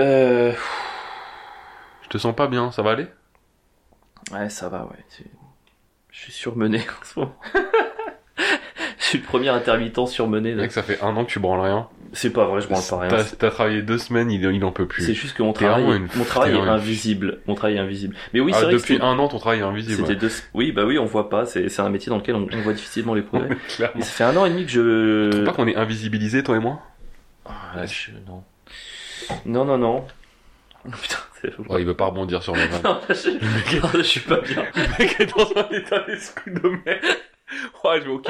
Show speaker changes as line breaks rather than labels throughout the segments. Euh...
Je te sens pas bien, ça va aller
Ouais, ça va, ouais. C'est- Je suis surmené en ce moment. je suis le premier intermittent surmené. là.
Mec, ça fait un an que tu branles rien.
C'est pas vrai, je branle pas rien.
T'as t'as travaillé deux semaines, il, il en peut
C'est
plus.
juste que mon
T'es
travail,
vraiment une-
mon travail
t'es
est
vraiment une-
invisible. Mon travail est invisible. Mais oui,
Ah,
c'est vrai
depuis
que c'était-
un an, ton travail est invisible.
c'était deux... Oui, bah oui, on voit pas. C'est c'est un métier dans lequel on, on voit difficilement les progrès.
ouais. Clairement.
Mais ça fait un an et demi que
Tu
je...
trouves pas qu'on est invisibilisé, toi et moi
Ah, je- Non. Non, non, non. Oh, Putain, c'est...
Ouais, Oh, il veut pas rebondir sur le
Non, là, je... je suis pas bien.
Le mec est dans un état d'esprit de merde. Ouais, je vais ok.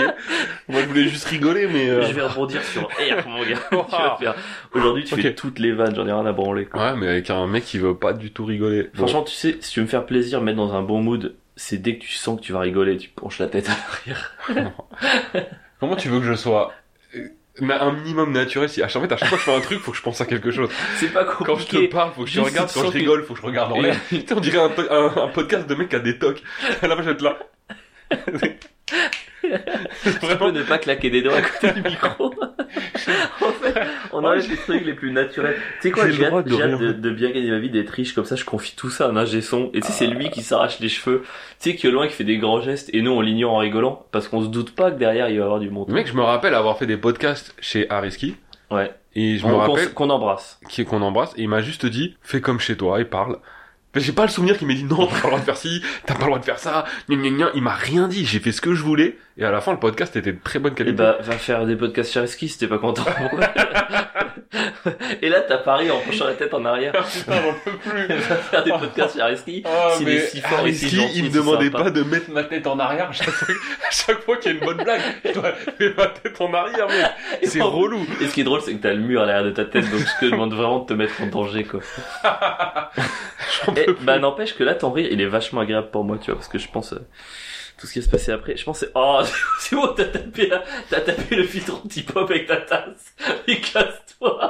Moi, je voulais juste rigoler, mais. euh,
Je vais rebondir sur R, mon gars.
Wow.
Tu vas faire- Aujourd'hui, tu
Ok.
fais toutes les vannes, j'en ai rien à branler. quoi.
Ouais, mais avec un mec qui veut pas du tout rigoler. Bon.
Franchement, tu sais, si tu veux me faire plaisir, me mettre dans un bon mood, c'est dès que tu sens que tu vas rigoler, tu penches la tête à l'arrière.
Comment tu veux que je sois euh, na- un minimum naturel si à chaque, en fait, à chaque fois que je fais un truc, faut que je pense à quelque chose.
C'est pas
Quand je te
compliqué.
parle, faut que je te
Juste
regarde.
si tu
Quand je
sens que-
rigole, faut que je regarde en l'air. Tu sais, on dirait un, po- un- un podcast de mec qui a des tocs. Là, je vais être là.
Tu peux
Vraiment,
ne pas claquer des doigts à côté du micro. en fait, on enlève les trucs les plus naturels. Tu sais quoi,
J'ai le
j'ai
droit
hâte,
de
j'ai hâte
rire.
de, de bien gagner ma vie, d'être riche, comme ça je confie tout ça à un ingé son. Et tu sais, c'est lui qui s'arrache les cheveux. Tu sais, qui au loin qui fait des grands gestes, et nous on l'ignore en rigolant, parce qu'on se doute pas que derrière il va y avoir du monde.
mec, je me rappelle avoir fait des podcasts chez Ariski.
Ouais.
Et je me
Qu'on- qu'on-
rappelle.
Qu'on embrasse.
qui qu'on embrasse et il m'a juste dit fais comme chez toi et parle mais j'ai pas le souvenir qu'il m'ait dit non t'as pas le droit de faire ci t'as pas le droit de faire ça gna, gna, gna. il m'a rien dit j'ai fait ce que je voulais et à la fin le podcast était de très bonne
Et
qualité
bah, va faire des podcasts chez Risky si t'es pas content. et là, t'as pari en penchant la tête en arrière.
Putain, j'en peux plus
Va faire des podcasts chez Risky.
Ah,
S'il
mais
est si fort et si
Ariski,
gentil,
il me
si
demandait
sympa.
pas de mettre ma tête en arrière à chaque fois, à chaque fois qu'il y a une bonne blague. Je dois mettre ma tête en arrière, mec.
Et
C'est
en-
relou.
Et ce qui est drôle, c'est que t'as le mur à l'arrière de ta tête, donc je te demande vraiment de te mettre en danger, quoi.
J'en
Et,
peux plus.
bah, n'empêche que là, ton rire, il est vachement agréable pour moi, tu vois, parce que je pense, euh, tout ce qui va se passer après, je pense, c'est- oh, c'est bon, t'as tapé, la- t'as tapé le filtre anti-pop avec ta tasse. Mais casse-toi.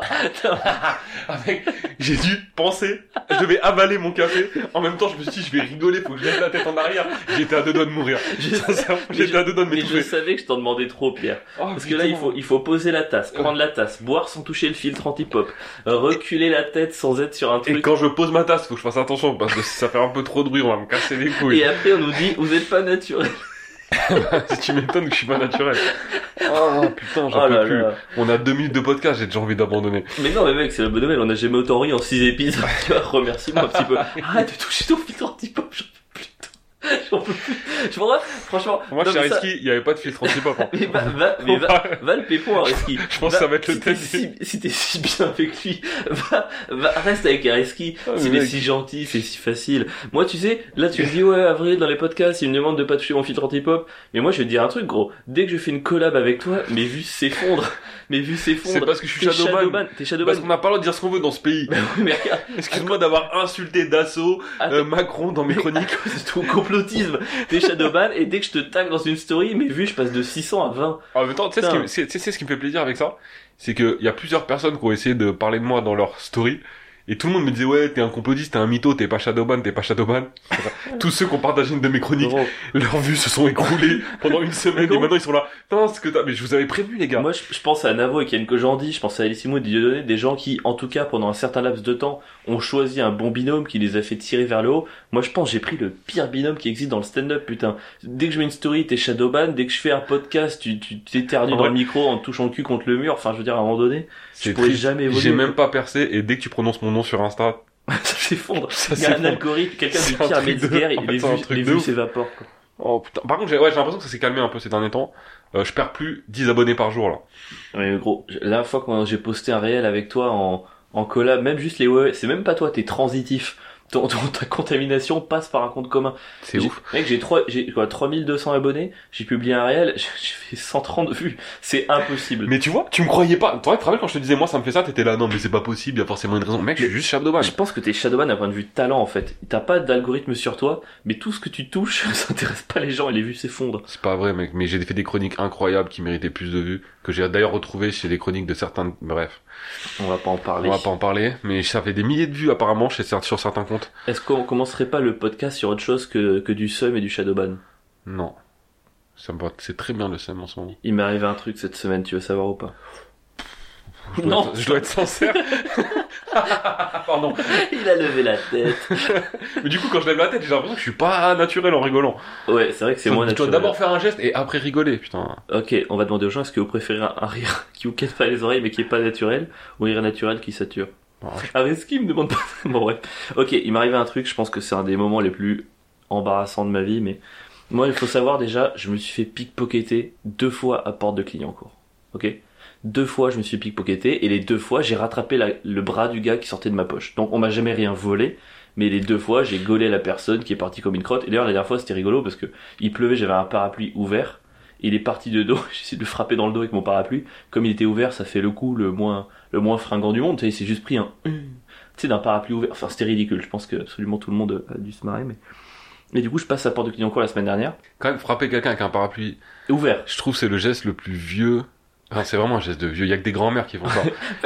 Ah, mec, j'ai dû penser, je vais avaler mon café. En même temps, je me suis dit, je vais rigoler, faut que je mette la tête en arrière. J'étais à deux doigts de mourir.
Je-
Sincèrement,
mais
J'étais
je-
à deux doigts de
Mais je
m'étouffer.
savais que je t'en demandais trop, Pierre.
Oh,
Parce que là, il
putain.
faut, il faut poser la tasse, prendre la tasse, boire sans toucher le filtre anti-pop, reculer la tête sans être sur un
Et
truc.
quand je pose ma tasse, faut que je fasse attention parce que si ça fait un peu trop de bruit, on va me casser les couilles.
Et après, on nous dit, vous êtes pas naturel.
Si tu m'étonnes que je suis pas naturel. Oh putain, j'en
Oh
peux
là
plus.
là.
On a deux minutes de podcast, j'ai déjà envie d'abandonner.
Mais non, mais mec, c'est la bonne nouvelle, on a jamais autant ri en 6 épisodes. tu vois, remercie-moi un petit peu. Arrête de toucher ton filtre anti-pop, j'en peux plus. putain. J'en peux plus. Je comprends, franchement.
Moi,
non,
chez
mais ça-
Ariski, il y avait pas de filtre anti-pop. hein.
Mais va, va, mais va, va le pépon à Reski.
Je pense que ça va être le
si t'es
thème.
Si, si t'es si bien avec lui, va, va reste avec Ariski.
Ah, mais
S'il est
mec.
si gentil, c'est si facile. Moi, tu sais, là, tu me dis, ouais, Avril, dans les podcasts, il me demande de pas toucher mon filtre anti-pop. Mais moi, je vais te dire un truc, gros. Dès que je fais une collab avec toi, mes vues s'effondrent. Mes vues
C'est
s'effondrent.
parce que je suis
T'es
shadowman.
Shadowban. T'es
Parce
Shadowban.
qu'on n'a pas le droit de dire ce qu'on veut dans ce pays.
Mais regarde,
Excuse-moi d'avoir insulté Dassault,
Attends.
euh, Macron dans mes chroniques.
c'est ton complotisme. T'es Shadowban. Et dès que je te tag dans une story, mes vues, je passe de 600 à 20.
En même temps, tu sais ce, qui
Putain.
me- c'est- tu sais ce qui me fait plaisir avec ça C'est qu'il y a plusieurs personnes qui ont essayé de parler de moi dans leur story. Et tout le monde me disait, ouais, t'es un complotiste, t'es un mytho, t'es pas Shadowban, t'es pas Shadowban. Tous ceux qui ont partagé une de mes chroniques,
Gros,
leurs vues se sont écroulées pendant une semaine et
Gros.
maintenant ils sont là. Putain, ce que t'as, mais je vous avais prévenu, les gars.
Moi, je, je pense à Navo et Ken Kojandi, je pense à Alice Moon, Dieudonné, des gens qui, en tout cas, pendant un certain laps de temps, ont choisi un bon binôme qui les a fait tirer vers le haut. Moi, je pense, j'ai pris le pire binôme qui existe dans le stand-up, putain. Dès que je mets une story, t'es Shadowban. Dès que je fais un podcast, tu tu- t'éternues
En
dans
vrai.
le micro en te touchant le cul contre le mur. Enfin, je veux dire, à un moment donné, je
C'est
pourrais
triste.
jamais évoluer.
J'ai même pas percé et dès que tu prononces mon nom sur Insta,
ça s'effondre.
ça
Il y a un
s'effondre.
algorithme, quelqu'un
C'est
du
un
pire
truc de-
Metzger,
en fait,
les
c'est un
vues-
truc
les
de
vues
ouf.
s'évaporent, quoi.
Oh putain. Par contre, j'ai, ouais, j'ai l'impression que ça s'est calmé un peu ces derniers temps. Euh, je perds plus 10 abonnés par jour là.
Mais gros, la dernière fois quand j'ai posté un réel avec toi en, en collab, même juste les ouais, c'est même pas toi, t'es transitif. Ton, ton- ta contamination passe par un compte commun.
C'est
J'ai-
ouf.
Mec, j'ai trois, j'ai quoi, 3200 abonnés, j'ai publié un réel, j'ai fait 130 vues. C'est impossible.
Mais tu vois, tu me croyais pas. Toi, tu te rappelles quand je te disais moi ça me fait ça, t'étais là non mais c'est pas possible, y a forcément une raison. Mec, je suis juste Shadowban.
Ah, Je pense que t'es Shadowban d'un point de vue talent en fait. T'as pas d'algorithme sur toi, mais tout ce que tu touches, ça intéresse pas les gens et les vues s'effondrent.
C'est pas vrai mec, mais j'ai fait des chroniques incroyables qui méritaient plus de vues que j'ai d'ailleurs retrouvé chez les chroniques de certains. Bref,
On va pas en parler.
on va pas en parler, mais ça fait des milliers de vues apparemment chez cer- sur certains comptes.
Est-ce qu'on commencerait pas le podcast sur autre chose que, que du seum et du Shadowban
Non, ça me va, c'est très bien le seum en ce moment.
Il m'est arrivé un truc cette semaine, tu veux savoir ou pas
Je dois
Non.
être- je dois être sincère. Pardon.
Il a levé la tête.
Mais du coup, quand je lève la tête, j'ai l'impression que je suis pas naturel en rigolant.
Ouais, c'est vrai que c'est
Faut-
moins
Tu dois
naturel.
d'abord faire un geste et après rigoler, putain.
Ok, on va demander aux gens est-ce que vous préférez un, un rire qui vous casse pas les oreilles mais qui est pas naturel ou un rire naturel qui sature
Ouais.
Ah mais ce qui me demande pas Bon bref. Ok, il m'est arrivé un truc, je pense que c'est un des moments les plus embarrassants de ma vie, mais moi il faut savoir déjà, je me suis fait pickpocketer deux fois à porte de Clignancourt. Ok Deux fois je me suis pickpocketé et les deux fois j'ai rattrapé la- le bras du gars qui sortait de ma poche. Donc on m'a jamais rien volé. Mais les deux fois, j'ai gaulé la personne qui est partie comme une crotte. Et d'ailleurs, la dernière fois, c'était rigolo parce que il pleuvait, j'avais un parapluie ouvert. Il est parti de dos, j'ai essayé de le frapper dans le dos avec mon parapluie. Comme il était ouvert, ça fait le coup le moins, le moins fringant du monde. Tu sais, il s'est juste pris un tu sais, d'un parapluie ouvert. Enfin, c'était ridicule. Je pense que absolument tout le monde a dû se marrer. Mais, mais du coup, je passe à Porte de Clignancourt la semaine dernière.
Quand même, frapper quelqu'un avec un parapluie,
Ouvert.
je trouve que c'est le geste le plus vieux. Enfin, c'est vraiment un geste de vieux. Il y a que des grands-mères qui font ça.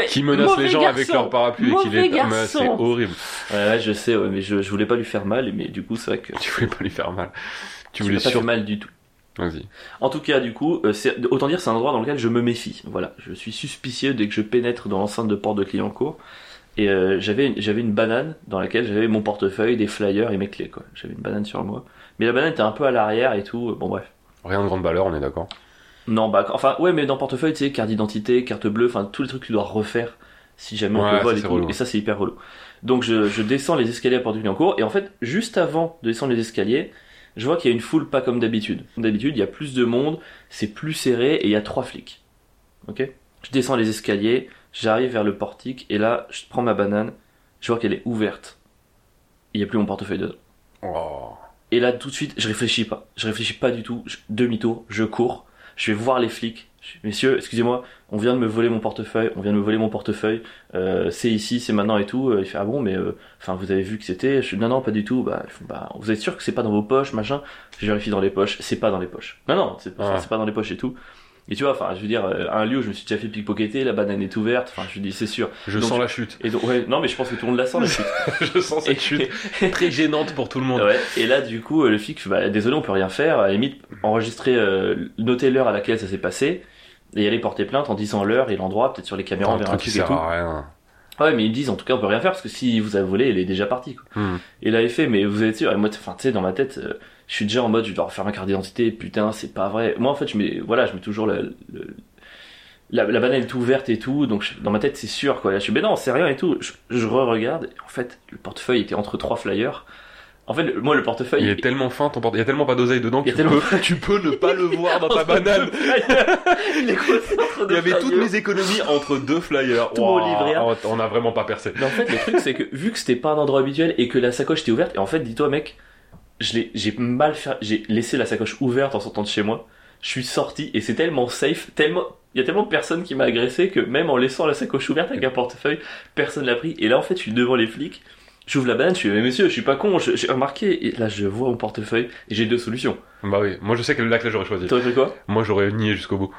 qui menacent les gens avec leur parapluie et qui
Mauvais
les mais
garçon.
C'est horrible.
Ouais, ouais, je sais, ouais, mais je, je voulais pas lui faire mal. Mais du coup, c'est vrai que
Tu voulais pas lui faire mal.
je
Tu
lui
voulais
ai pas
sur.
fait mal du tout.
Vas-y.
En tout cas, du coup, euh, c'est- autant dire c'est un endroit dans lequel je me méfie. Voilà, je suis suspicieux dès que je pénètre dans l'enceinte de Porte de Clignancourt. Et euh, j'avais une, j'avais une banane dans laquelle j'avais mon portefeuille, des flyers et mes clés. quoi. J'avais une banane sur moi. Mais la banane était un peu à l'arrière et tout. euh, Bon bref.
Rien de grande valeur, on est d'accord.
Non, bah enfin ouais, mais dans portefeuille, tu sais, carte d'identité, carte bleue, enfin tous les trucs que tu dois refaire si jamais on
Ouais,
te vole
ça,
et
c'est
tout.
relou.
Et ça c'est hyper relou. Donc je, je descends les escaliers à Porte de Clignancourt et en fait juste avant de descendre les escaliers, je vois qu'il y a une foule pas comme d'habitude. Comme D'habitude, il y a plus de monde, c'est plus serré et il y a trois flics. Ok Je descends les escaliers, j'arrive vers le portique et là je prends ma banane, je vois qu'elle est ouverte. Il y a plus mon portefeuille dedans.
Oh.
Et là, tout de suite, je réfléchis pas. Je réfléchis pas du tout. Je- Demi-tour, je cours. Je vais voir les flics. Je- Messieurs, excusez-moi, on vient de me voler mon portefeuille. On vient de me voler mon portefeuille. Euh, c'est ici, c'est maintenant et tout. Euh, Il fait ah bon, mais euh, enfin, vous avez vu que c'était. Je dis, non, non, pas du tout. Bah, ils font, bah, vous êtes sûr que c'est pas dans vos poches, machin. Je vérifie dans les poches. C'est pas dans les poches. Non, non, c'est enfin,
Ouais.
c'est pas dans les poches et tout. Et tu vois, enfin, je veux dire, euh, à un lieu où je me suis déjà fait pickpocketer, la banane est ouverte. Enfin, je dis, c'est sûr.
Je
Donc-
sens la chute.
Et donc, ouais, non, mais je pense que tout le monde la sent. la chute.
je sens cette chute très gênante pour tout le monde.
Ouais, et là, du coup, euh, le flic, fait, bah, désolé, on peut rien faire. À la limite, enregistrer, euh, noter l'heure à laquelle ça s'est passé et aller porter plainte en disant l'heure et l'endroit, peut-être sur les caméras, on
Un
verra un
truc qui
truc et
sert
tout.
à rien.
Ah Ouais, mais ils disent en tout cas, on peut rien faire parce que si vous avez volé, elle est déjà partie. Quoi.
Hmm.
Et là, il fait, mais vous êtes sûr Et moi, t- enfin, tu sais, dans ma tête, euh, je suis déjà en mode, je dois refaire ma carte d'identité. Putain, c'est pas vrai. Moi, en fait, je mets, voilà, je mets toujours le, le- la, la banane est ouverte et tout, donc je- dans ma tête, c'est sûr. Quoi. Là, je suis, mais non, c'est rien et tout. Je, je re-regarde. et En fait, le portefeuille était entre trois flyers. En fait, le- moi, le portefeuille
Il est tellement fin ton porte, il y a tellement pas d'oseille dedans que
Il y
tu,
a tellement-
peux, tu peux ne pas le voir dans ta banane.
Il est coincé entre
Il y
deux
avait toutes
flyers.
mes économies entre deux flyers.
Tout au
Ouah,
livret A.
oh, on a vraiment pas percé.
Mais en fait, le truc, c'est que vu que c'était pas un endroit habituel et que la sacoche était ouverte, et en fait, dis-toi, mec, je l'ai- j'ai mal fait, j'ai laissé la sacoche ouverte en sortant de chez moi. Je suis sorti et c'est tellement safe, tellement. Il y a tellement de personnes qui m'a agressé que même en laissant la sacoche ouverte avec un portefeuille, personne l'a pris. Et là, en fait, je suis devant les flics, j'ouvre la banane, je suis, mais monsieur, je suis pas con, je- j'ai remarqué. Et là, je vois mon portefeuille et j'ai deux solutions.
Bah oui, moi je sais quel lac là j'aurais choisi.
T'aurais fait quoi
Moi j'aurais nié jusqu'au bout.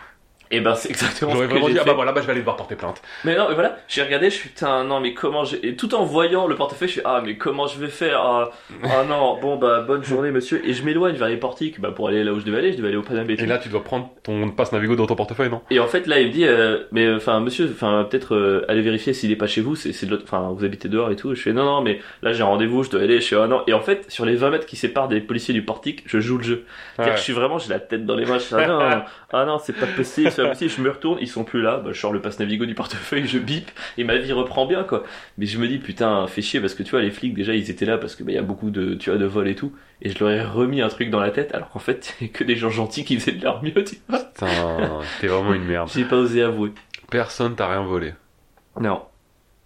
Et ben, c'est exactement
J'aurais
ce que
vraiment
j'ai
dit, ah
fait.
bah voilà, bah je vais aller devoir porter plainte.
Mais non, mais voilà, j'ai regardé, je suis putain, non, mais comment j'ai. Et tout en voyant le portefeuille, je suis ah, mais comment je vais faire Ah, ah non, bon, bah, bonne journée, monsieur. Et je m'éloigne vers les portiques, bah, pour aller là où je devais aller, je devais aller au Paname et tout.
Et là tu dois prendre ton passe Navigo dans ton portefeuille, non
Et en fait, là, il me dit, euh, mais euh, enfin, monsieur, enfin, peut-être euh, aller vérifier s'il est pas chez vous, c'est c'est de l'autre, enfin, vous habitez dehors et tout. Je fais non, non, mais là, j'ai un rendez-vous, je dois aller, je suis ah non. Et en fait, sur les 20 mètres qui séparent des policiers du portique, je joue le jeu. C'est-à-dire
Ouais.
que je suis vraiment, j'ai la tête dans les mains, je suis là, non, ah non, c'est pas possible, c'est pas possible, je me retourne, ils sont plus là, bah, je sors le passe Navigo du portefeuille, je bip, et ma vie reprend bien, quoi. Mais je me dis, putain, fais chier, parce que tu vois, les flics, déjà, ils étaient là parce que, bah, il y a beaucoup de, tu vois, de vols et tout, et je leur ai remis un truc dans la tête, alors qu'en fait, il y a que des gens gentils qui faisaient de leur mieux, tu vois.
Putain, t'es vraiment une merde.
J'ai pas osé avouer.
Personne t'a rien volé.
Non.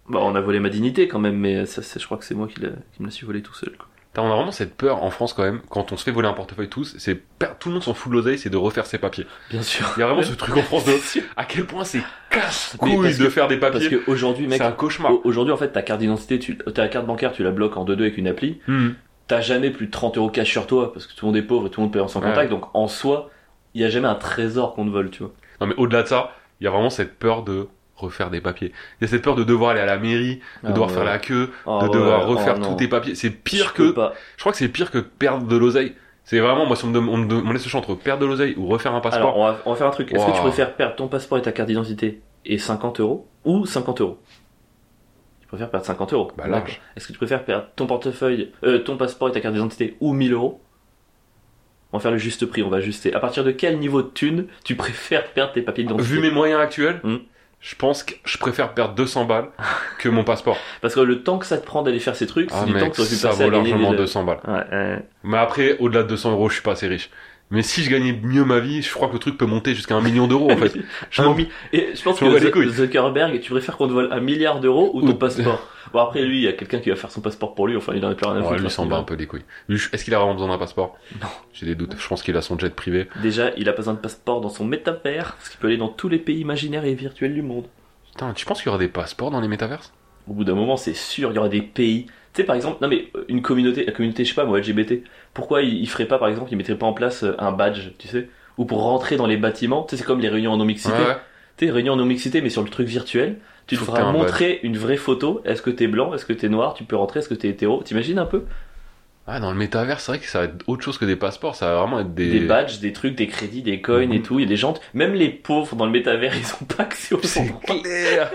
Bah, on a volé ma dignité quand même, mais euh, ça, c'est- je crois que c'est moi qui, l'a- qui me la suis volé tout seul, quoi.
Putain, on a vraiment cette peur en France quand même, quand on se fait voler un portefeuille tous, c'est per- tout le monde s'en fout de l'oseille, c'est de refaire ses papiers.
Bien sûr.
Il y a vraiment ce truc en France de à quel point c'est casse
Mais
couille
parce
de faire des
Parce
papiers.
que aujourd'hui, mec,
C'est un cauchemar.
au- aujourd'hui, en fait, ta carte d'identité, tu, ta carte bancaire, tu la bloques en 2-2 avec une appli.
Hmm.
t'as jamais plus de 30 euros cash sur toi parce que tout le monde est pauvre et tout le monde paye en sans
Ouais.
contact. Donc en soi, il y a jamais un trésor qu'on te vole, tu vois.
Non mais au-delà de ça, il y a vraiment cette peur de refaire des papiers. Il y a cette peur de devoir aller à la mairie,
Ah
de devoir faire la queue,
Oh,
de devoir refaire tous tes papiers. C'est pire
Je peux
que...
pas.
Je crois que c'est pire que perdre de l'oseille. C'est vraiment, moi, si on me, dem- on me dem- on me laisse le choix entre perdre de l'oseille ou refaire un passeport,
Alors on va, on va faire un truc. Est-ce que
Wow.
tu préfères perdre ton passeport et ta carte d'identité et 50 euros ou 50 euros Tu préfères perdre 50 euros
Bah, large.
Est-ce que tu préfères perdre ton portefeuille, euh, ton passeport et ta carte d'identité ou 1000 euros On va faire le juste prix, on va ajuster. À partir de quel niveau de thune tu préfères perdre tes papiers d'identité
Vu mes moyens actuels,
Hmm.
je pense que je préfère perdre 200 balles que mon passeport.
Parce que le temps que ça te prend d'aller faire ces trucs, c'est
Ah
du temps
mec,
que tu aurais pu
ça
passer à
vaut
gagner
largement
des-
200 balles.
Ouais, ouais.
Mais après, au-delà de 200 euros, je suis pas assez riche. Mais si je gagnais mieux ma vie, je crois que le truc peut monter jusqu'à un million d'euros Oh, en fait. Je
Un
m'en-
mi- Et je pense
Je m'en bats les
que
couilles.
Z- Zuckerberg, tu préfères qu'on te vole un milliard d'euros ou
Ou-
ton passeport Bon après lui, il y a quelqu'un qui va faire son passeport pour lui, enfin il en a plus rien à
Ouais,
foutre.
lui s'en bat un peu les couilles. Lui, je- Est-ce qu'il a vraiment besoin d'un passeport
Non.
J'ai des doutes. Je pense qu'il a son jet privé.
Déjà, il a pas besoin de passeport dans son métavers, parce qu'il peut aller dans tous les pays imaginaires et virtuels du monde.
Putain, tu penses qu'il y aura des passeports dans les métaverses
Au bout d'un moment, c'est sûr, il y aura des pays. Tu sais par exemple, non mais euh, une communauté, la communauté je sais pas moi LGBT, pourquoi il, il ferait pas par exemple, il mettrait pas en place euh, un badge, tu sais Ou pour rentrer dans les bâtiments, tu sais c'est comme les réunions en non-mixité.
Ouais, ouais.
T'es réunion en non-mixité, mais sur le truc virtuel, tu
Faut que
devras
t'aies un
montrer une vraie photo. Est-ce que t'es blanc Est-ce que t'es noir Tu peux rentrer Est-ce que t'es hétéro T'imagines un peu
Ah, dans le métavers, c'est vrai que ça va être autre chose que des passeports. Ça va vraiment être des.
Des badges, des trucs, des crédits, des coins et
Mhm.
tout. Il y a des gens, même les pauvres dans le métavers, ils ont pas accès aux
C'est
endroits.
clair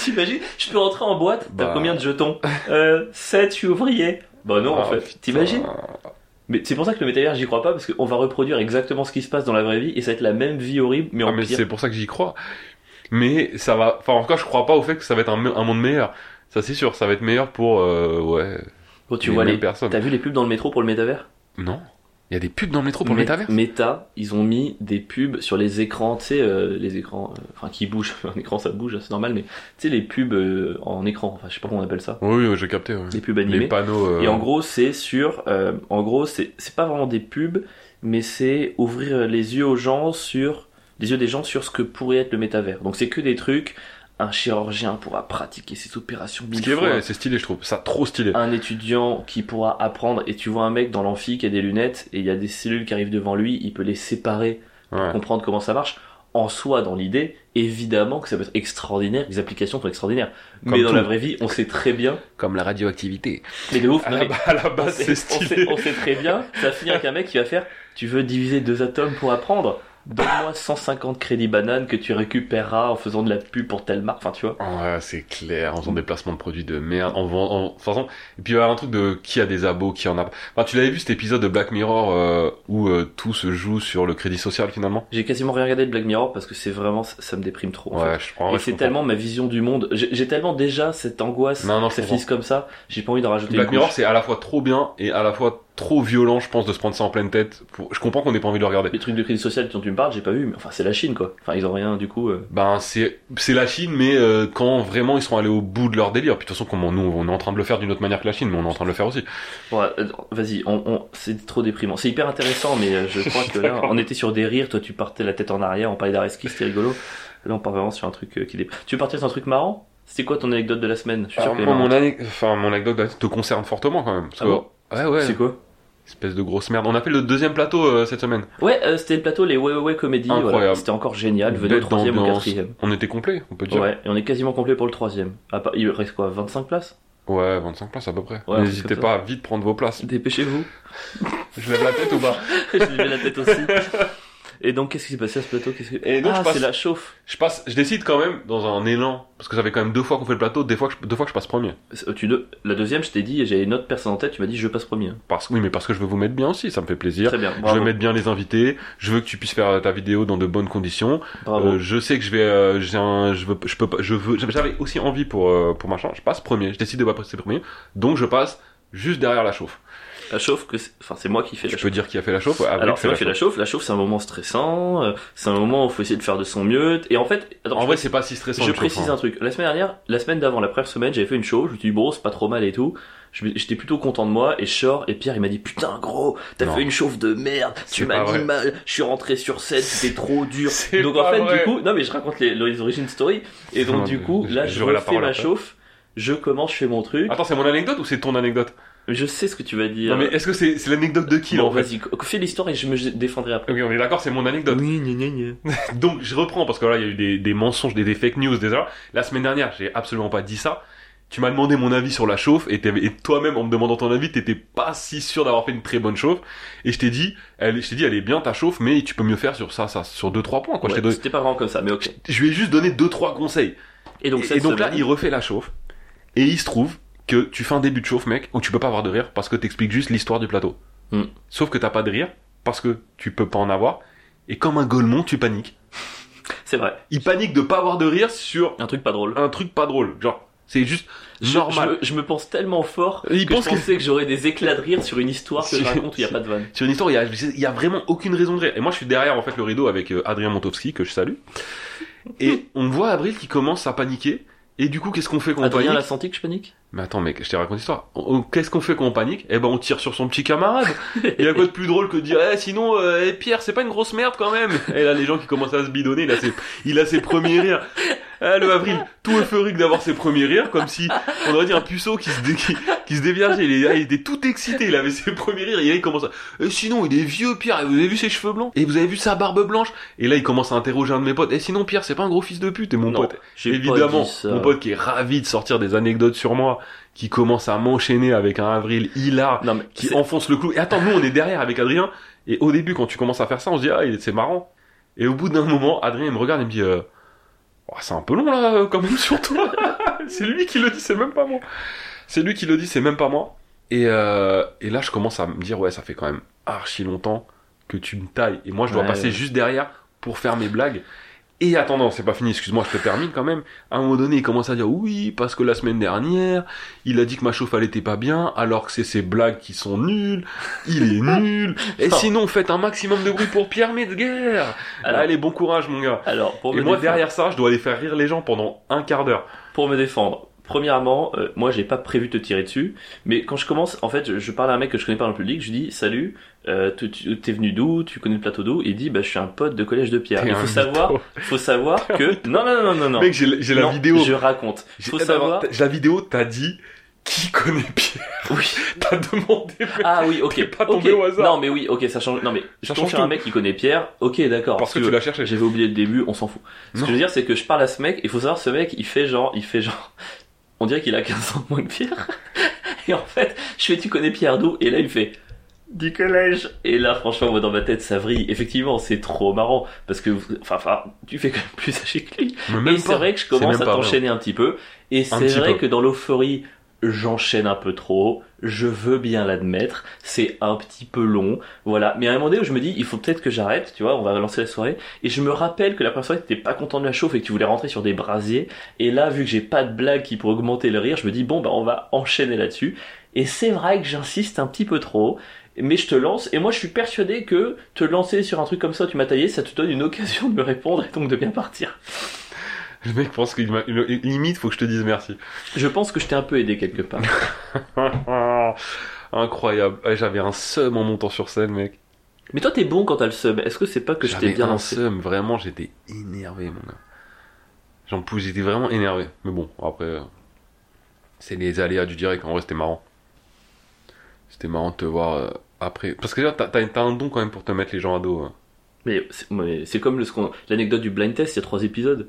T'imagines Je peux rentrer en boîte T'as
Bah.
combien de jetons euh, 7, je suis ouvrier. Bah non, en
Ah,
fait.
putain.
T'imagines Mais c'est pour ça que le métavers, j'y crois pas, parce qu'on va reproduire exactement ce qui se passe dans la vraie vie et ça va être la même vie horrible, mais en
Ah, mais
pire.
c'est pour ça que j'y crois. Mais ça va. Enfin, en tout cas, je crois pas au fait que ça va être un, me- un monde meilleur. Ça, c'est sûr. Ça va être meilleur pour. euh, ouais.
Quand Oh, tu vois
mêmes
les.
personnes.
T'as vu les pubs dans le métro pour le métavers
Non. Il y a des pubs dans le métro pour
Met-
le métavers
Meta, ils ont mis des pubs sur les écrans, tu sais, euh, les écrans, euh, enfin qui bougent, un écran ça bouge, c'est normal, mais tu sais, les pubs euh, en écran, enfin je sais pas comment on appelle ça,
Oui, oui, j'ai capté. ouais.
les pubs
Les
animées.
panneaux. euh,
Et en gros, c'est sur, euh, en gros, c'est c'est pas vraiment des pubs, mais c'est ouvrir les yeux aux gens sur, les yeux des gens sur ce que pourrait être le métavers. Donc c'est que des trucs, un chirurgien pourra pratiquer ses opérations
Ce
mille
qui est
fois.
vrai, c'est stylé, je trouve. Ça, trop stylé.
un étudiant qui pourra apprendre et tu vois un mec dans l'amphi qui a des lunettes et il y a des cellules qui arrivent devant lui, il peut les séparer,
Ouais.
comprendre comment ça marche. En soi, dans l'idée, évidemment que ça peut être extraordinaire, que les applications sont extraordinaires.
Comme
mais dans
tout.
la vraie vie, on sait très bien.
Comme la radioactivité.
Mais de ouf,
À
non,
la,
mais
à la
on,
base,
sait,
Ah bah, c'est
on sait-
stylé.
on sait très bien. Ça finit avec un mec qui va faire Tu veux diviser deux atomes pour apprendre Donne-moi 150 crédits bananes que tu récupéreras en faisant de la pub pour telle marque. Enfin, tu vois.
Ouais, c'est clair, en faisant des placements de produits de merde, en vend- en, de toute façon, et puis il y a un truc de qui a des abos, qui en a pas. Enfin, tu l'avais vu cet épisode de Black Mirror euh, où euh, tout se joue sur le crédit social finalement.
J'ai quasiment rien regardé de Black Mirror parce que c'est vraiment. Ça, ça me déprime trop. en fait.
Ouais, je prends.
et c'est tellement ma vision du monde. J'ai j'ai tellement déjà cette angoisse
Non, non,
que
je
ça
comprends.
finisse comme ça. J'ai pas envie d'en rajouter
Black
une
Mirror,
couche.
c'est à la fois trop bien et à la fois trop violent, je pense, de se prendre ça en pleine tête. Pour... Je comprends qu'on ait pas envie de le regarder.
Les trucs de crise sociale dont tu me parles, j'ai pas vu, mais enfin, c'est la Chine quoi. Enfin, ils ont rien du coup. euh.
Ben c'est c'est la Chine, mais euh, quand vraiment ils seront allés au bout de leur délire. Puis de toute façon, comme on- nous on est en train de le faire d'une autre manière que la Chine, mais on est en train de le faire aussi.
Bon, euh, vas-y, on, on- c'est trop déprimant. C'est hyper intéressant, mais euh, je crois que là,
D'accord.
on était sur des rires. Toi, tu partais la tête en arrière, on parlait d'Areski, c'était rigolo. Là, on part vraiment sur un truc euh, qui dé... Tu veux partir sur un truc marrant C'était quoi ton anecdote de la semaine Je suis sûr
Alors,
qu'elle est
moi, Ah, mon,
marrante.
ane- enfin, mon anecdote te concerne fortement quand même. Parce
Ah
que-
bon
ouais ouais.
C'est quoi
Espèce de grosse merde. On appelle le deuxième plateau euh, cette semaine.
Ouais, euh, c'était le plateau, les Ouais Ouais Ouais Comédie. voilà.
Incroyable.
C'était encore génial. Venez au
Bête
troisième ou au
d'ambiance.
quatrième.
On était complet, on peut dire. Ouais,
Ouais, et on est quasiment complet pour le troisième. À part- Il reste quoi 25 places
25 places à peu près.
Ouais,
N'hésitez
c'est
pas à vite prendre vos places.
Dépêchez-vous.
Je lève la tête ou pas
J'ai levé la tête aussi. Et donc, qu'est-ce qui s'est passé à ce plateau Qu'est-ce que-
Et donc,
Ah,
je passe-
c'est la chauffe.
Je passe, je décide quand même dans un élan parce que ça fait quand même deux fois qu'on fait le plateau, des fois que je, deux fois que je passe premier.
C'est- euh, Tu de- La deuxième, je t'ai dit, j'avais une autre personne en tête, tu m'as dit, je passe premier.
Parce oui, mais parce que je veux vous mettre bien aussi, ça me fait plaisir.
Très bien,
Je
bravo.
veux mettre bien les invités. Je veux que tu puisses faire euh, ta vidéo dans de bonnes conditions.
bravo.
Euh, je sais que je vais, euh, j'ai un, je veux, je peux pas, je veux, j'avais aussi envie pour euh, pour machin. Je passe premier. Je décide de pas passer premier, donc je passe juste derrière la chauffe.
La chauffe, que c'est- enfin, c'est moi qui fais la
Tu
chauffe.
peux dire qui a fait la chauffe. ouais, Avril
Alors,
fait
c'est moi
la
qui fais la chauffe. La chauffe, c'est un moment stressant. euh, C'est un moment où il faut essayer de faire de son mieux. Et en fait, attends,
En
je-
vrai, c'est pas si stressant.
je
le hein. chauffeur.
précise un truc. La semaine dernière, la semaine d'avant, la première semaine, j'avais fait une show. Je me suis dit, bon, c'est pas trop mal et tout. Je me- J'étais plutôt content de moi. Et je sors. Et Pierre, il m'a dit, putain, gros, t'as
Non.
fait une chauffe de merde. Tu
C'est
m'as
pas
dit
vrai.
mal. Je suis rentré sur scène. C'était trop dur.
C'est
Donc en
pas
fait,
vrai.
du coup, non mais je raconte les, les origin story. Et donc
Non,
du
mais
coup,
je-
là,
je
je
j'aurai la
refais
parole
ma
après.
chauffe. Je commence, je fais mon truc.
Attends, c'est mon anecdote ou c'est ton anecdote
Je sais ce que tu vas dire.
Non, mais est-ce que c'est c'est l'anecdote de qui là,
Bon,
en fait
vas-y, co- fais l'histoire et je me défendrai après.
Ok, on est d'accord, c'est mon anecdote.
Oui, gna, gna, gna.
Donc je reprends parce que là, il y a eu des, des mensonges, des, des fake news, des erreurs. La semaine dernière, j'ai absolument pas dit ça. tu m'as demandé mon avis sur la chauffe et, t'avais- et toi-même en me demandant ton avis, t'étais pas si sûr d'avoir fait une très bonne chauffe et je t'ai dit, elle, je t'ai dit, elle est bien ta chauffe, mais tu peux mieux faire sur ça, ça, sur deux trois points quoi.
Ouais,
je, t'ai donné-
C'était pas vraiment comme ça, mais ok.
je lui ai juste donné deux trois conseils.
Et donc,
Et-
cette
et donc là,
semaine-
il refait la chauffe et il se trouve que tu fais un début de chauffe, mec, où tu peux pas avoir de rire parce que t'expliques juste l'histoire du plateau.
Hmm.
Sauf que t'as pas de rire parce que tu peux pas en avoir et comme un golemon, tu paniques.
c'est vrai,
Il panique de pas avoir de rire sur
un truc pas drôle.
un truc pas drôle, genre c'est juste
Je-
normal.
Je, je me pense tellement fort
Il
que
pense
je
que-
pensais que, j'aurais des éclats de rire sur une histoire que je
Si-
raconte où il n'y a pas de vanne.
sur une histoire, il y a, il y a vraiment aucune raison de rire. Et moi, je suis derrière en fait le rideau avec euh, Adrien Montovski que je salue. Et on voit Abril qui commence à paniquer. Et du coup, qu'est-ce qu'on fait quand on
Adrien l'a
panique
senti que je panique
Mais attends, mec, je t'ai raconté l'histoire. On- on- Qu'est-ce qu'on fait quand on panique Eh ben, on tire sur son petit camarade. Il y a quoi de plus drôle que de dire, eh, sinon, euh, eh, Pierre, c'est pas une grosse merde quand même. Et là, les gens qui commencent à se bidonner, il a ses, il a ses premiers rires. Ah, le avril, tout euphorique d'avoir ses premiers rires, comme si on aurait dit un puceau qui se, dé- qui, qui se déviergeait. Il, est- ah, il était tout excité, il avait ses premiers rires. Et là, il commence à, eh, sinon, il est vieux, Pierre. Et vous avez vu ses cheveux blancs Et vous avez vu sa barbe blanche Et là, il commence à interroger un de mes potes. Eh, sinon, Pierre, c'est pas un gros fils de pute. Et mon
Non,
pote,
j'ai pas
Évidemment,
dit ça.
mon pote qui est ravi de sortir des anecdotes sur moi, qui commence à m'enchaîner avec un avril hilar,
Non, mais
qui
c'est-
enfonce le clou. Et attends, nous on est derrière avec Adrien, et au début quand tu commences à faire ça, on se dit ah il- c'est marrant. Et au bout d'un moment, Adrien il me regarde et me dit euh, Oh, c'est un peu long là euh, quand même sur toi. c'est lui qui le dit, c'est même pas moi. C'est lui qui le dit, c'est même pas moi. Et, euh, et là je commence à me dire ouais ça fait quand même archi longtemps que tu me tailles et moi je dois
Ouais,
passer
ouais.
juste derrière pour faire mes blagues. Et attendant, c'est pas fini, excuse-moi, je te termine quand même. À un moment donné, il commence à dire oui, parce que la semaine dernière, il a dit que ma chauffe elle était pas bien, alors que c'est ses blagues qui sont nulles, il est nul. Et
Non.
sinon, faites un maximum de bruit pour Pierre Metzger.
Alors- Oh,
Allez, bon courage, mon gars.
Alors, pour
Et
me
moi,
défendre-
derrière ça, je dois aller faire rire les gens pendant un quart d'heure.
pour me défendre. Premièrement, euh, moi j'ai pas prévu de te tirer dessus, mais quand je commence, en fait, je, je parle à un mec que je connais pas dans le public, je dis salut, euh, tu- tu- t'es venu d'où, tu connais le plateau d'où, il dit bah je suis un pote de collège de Pierre.
T'es
Il
un
faut savoir,
mytho.
faut savoir que non non non non non,
Mec, j'ai la- j'ai la
Non,
vidéo.
je raconte.
J'ai-
Faut
eh ben,
savoir,
t'as- La vidéo, t'as dit qui connaît Pierre.
oui.
T'as demandé. mec.
Ah oui, ok.
T'es pas tombé
Ok.
au hasard.
Non, mais oui, ok, ça change. Non, mais je
Ça
tombe
change
sur un
tout.
mec qui connaît Pierre. Ok, d'accord.
Parce que
Si
tu
veux-
l'as cherché.
J'avais oublié le début, on s'en fout. Ce
Non.
que je veux dire, c'est que je parle à ce mec. Il faut savoir, ce mec, il fait genre, il fait genre. On dirait qu'il a 15 ans de moins que Pierre. Et en fait, je fais, tu connais Pierre d'où Et là, il me fait. Du collège Et là, franchement, moi, dans ma tête, ça vrille. Effectivement, c'est trop marrant. Parce que, vous- enfin, enfin, tu fais quand même plus âgé que lui.
Mais
Et
même
c'est
pas.
vrai que je commence
même
à
pas
t'enchaîner un petit peu. Et c'est
petit
vrai
peu.
que dans l'euphorie, j'enchaîne un peu trop. Je veux bien l'admettre. C'est un petit peu long. Voilà. Mais à un moment donné où je me dis, il faut peut-être que j'arrête. Tu vois, on va lancer la soirée. Et je me rappelle que la première soirée, t'étais pas content de la chauffe et que tu voulais rentrer sur des brasiers. Et là, vu que j'ai pas de blague qui pourrait augmenter le rire, je me dis, bon, bah, on va enchaîner là-dessus. Et c'est vrai que j'insiste un petit peu trop. Mais je te lance, et moi je suis persuadé que te lancer sur un truc comme ça, tu m'as taillé, ça te donne une occasion de me répondre et donc de bien partir.
Le mec pense qu'il m'a. il- Limite, faut que je te dise merci.
Je pense que je t'ai un peu aidé quelque part.
Ah, Incroyable. Ouais, J'avais un seum en montant sur scène, mec.
Mais toi, t'es bon quand t'as le sub. Est-ce que c'est pas que je t'ai
J'avais
bien
un
lancé
seum, vraiment, j'étais énervé, mon gars. J'en pouvais, j'étais vraiment énervé. Mais bon, après, euh, c'est les aléas du direct. En vrai, c'était marrant. C'était marrant de te voir euh, après. Parce que déjà, t'as- t'as t'as un don quand même pour te mettre les gens à dos. hein.
Mais c'est- mais c'est comme le- ce qu'on- l'anecdote du blind test, il y a trois épisodes.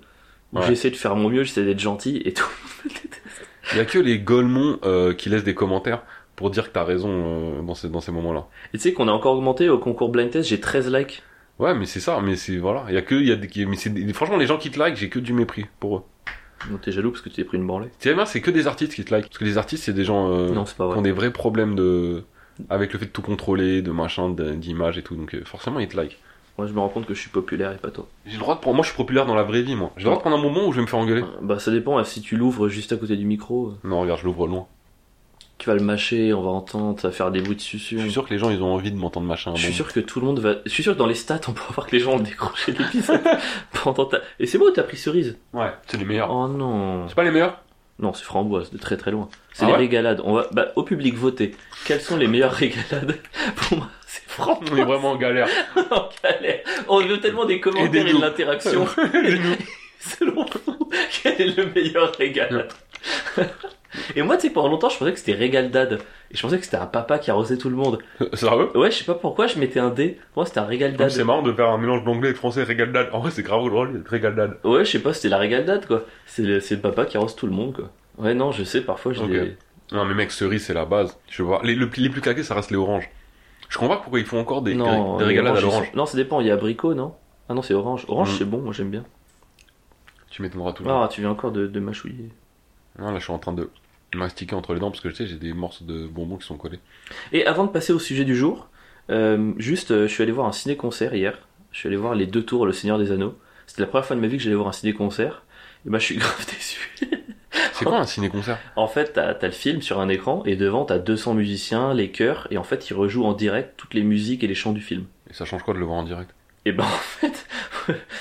où
Ouais.
J'essaie de faire mon mieux, j'essaie d'être gentil et tout.
Il y a que les golemons euh, qui laissent des commentaires pour dire que t'as raison euh, dans ces, dans ces moments-là.
Et tu sais qu'on a encore augmenté au concours blind test, j'ai 13 likes.
Ouais, mais c'est ça, mais c'est voilà, il y a que il y a des, mais c'est des- franchement les gens qui te like, j'ai que du mépris pour eux.
Donc t'es jaloux parce que tu t'es pris une branlée
Tu sais bien, c'est que des artistes qui te like parce que les artistes c'est des gens euh,
Non, c'est pas
qui ont
vrai.
des vrais problèmes de avec le fait de tout contrôler, de machin, de- d'image et tout, donc euh, forcément ils te like.
Moi, je me rends compte que je suis populaire et pas toi.
J'ai le droit de prendre, moi je suis populaire dans la vraie vie, moi. J'ai le droit de prendre un moment où je vais me faire engueuler.
Bah, ça dépend. Si tu l'ouvres juste à côté du micro,
Non, regarde, je l'ouvre loin.
tu vas le mâcher, on va entendre, ça va faire des bruits de succion.
Je suis sûr que les gens ils ont envie de m'entendre machin.
Je
bon.
suis sûr que tout le monde va. Je suis sûr que dans les stats, on pourra voir que les gens ont décroché l'épisode pendant ta. Et c'est beau, t'as pris cerise.
Ouais, c'est les meilleurs.
Oh non.
C'est pas les meilleurs
Non, c'est framboise, de très très loin. C'est
Ah
les
ouais
régalades. On va bah, au public voter. Quelles sont les meilleures régalades Pour moi, c'est
On est
framboise
vraiment en galère.
en galère. On veut tellement des commentaires et,
Aidez-nous.
de l'interaction.
Aidez-nous.
Selon vous, quel est le meilleur régalade Et moi, tu sais, pendant longtemps, je pensais que c'était régaldade. Et je pensais que c'était un papa qui arrosait tout le monde.
Sérieux
Ouais, je sais pas pourquoi, je mettais un dé. Pour moi, c'était un régaldade.
C'est marrant de faire un mélange d'anglais et de français, régaldade. En vrai, c'est grave drôle, régaldade.
Ouais, je sais pas, c'était la régaldade, quoi. C'est le, c'est le papa qui arrose tout le monde, quoi. Ouais, non, je sais, parfois j'ai
Ok.
des-
Non, mais mec, cerise, c'est la base. Je vois. Les, le- les plus claqués, ça reste les oranges. Je comprends pas pourquoi ils font encore des,
Non,
des
les
régalades à
oranges, ils
l'orange.
sont- Non, ça dépend, il y a abricot, non Ah non, c'est orange. Orange,
Mm.
c'est bon, moi j'aime bien.
Tu m'étonneras toujours.
Ah, tu viens encore de, de mâchouiller.
Non, là, je suis en train de mastiquer entre les dents parce que je sais, j'ai des morceaux de bonbons qui sont collés.
Et avant de passer au sujet du jour, euh, juste, euh, je suis allé voir un ciné-concert hier. Je suis allé voir Les Deux Tours, Le Seigneur des Anneaux. C'était la première fois de ma vie que j'allais voir un ciné-concert. Et bah, je suis grave déçu.
C'est quoi un ciné-concert
En fait, t'as t'as le film sur un écran et devant, t'as 200 musiciens, les chœurs, et en fait, ils rejouent en direct toutes les musiques et les chants du film.
Et ça change quoi de le voir en direct
Et ben en fait,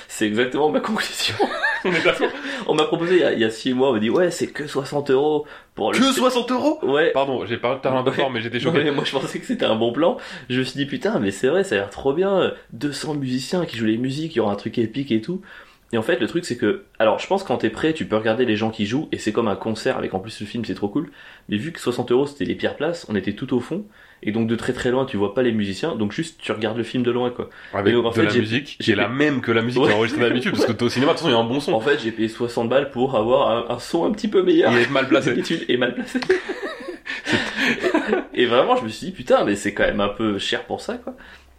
c'est exactement ma conclusion.
On est d'accord.
On m'a proposé il y, a, il y a six mois, on m'a dit ouais c'est que 60 euros pour le...
Que 60 euros
Ouais.
Pardon, j'ai parlé tout à l'heure un peu
Ouais.
fort, mais j'étais
Non,
choqué.
mais moi je pensais que c'était un bon plan. Je me suis dit putain mais c'est vrai ça a l'air trop bien. euh, 200 musiciens qui jouent les musiques, il y aura un truc épique et tout. Et en fait le truc c'est que... Alors je pense quand t'es prêt tu peux regarder les gens qui jouent et c'est comme un concert avec en plus le film c'est trop cool. Mais vu que 60 euros c'était les pires places, on était tout au fond. Et donc de très très loin tu vois pas les musiciens. Donc juste tu regardes le film de loin quoi.
Avec
Et donc, en
de
fait,
la
j'ai-
musique qui
j'ai-
est la même que la musique qui
Ouais.
est enregistrée d'habitude, parce que toi, au cinéma, de toute façon, il y a un bon son.
En fait, j'ai payé 60 balles pour avoir un, un son un petit peu meilleur.
Il est mal
La
placé.
D'habitude, et mal placé. et vraiment, je me suis dit, putain, mais c'est quand même un peu cher pour ça, quoi.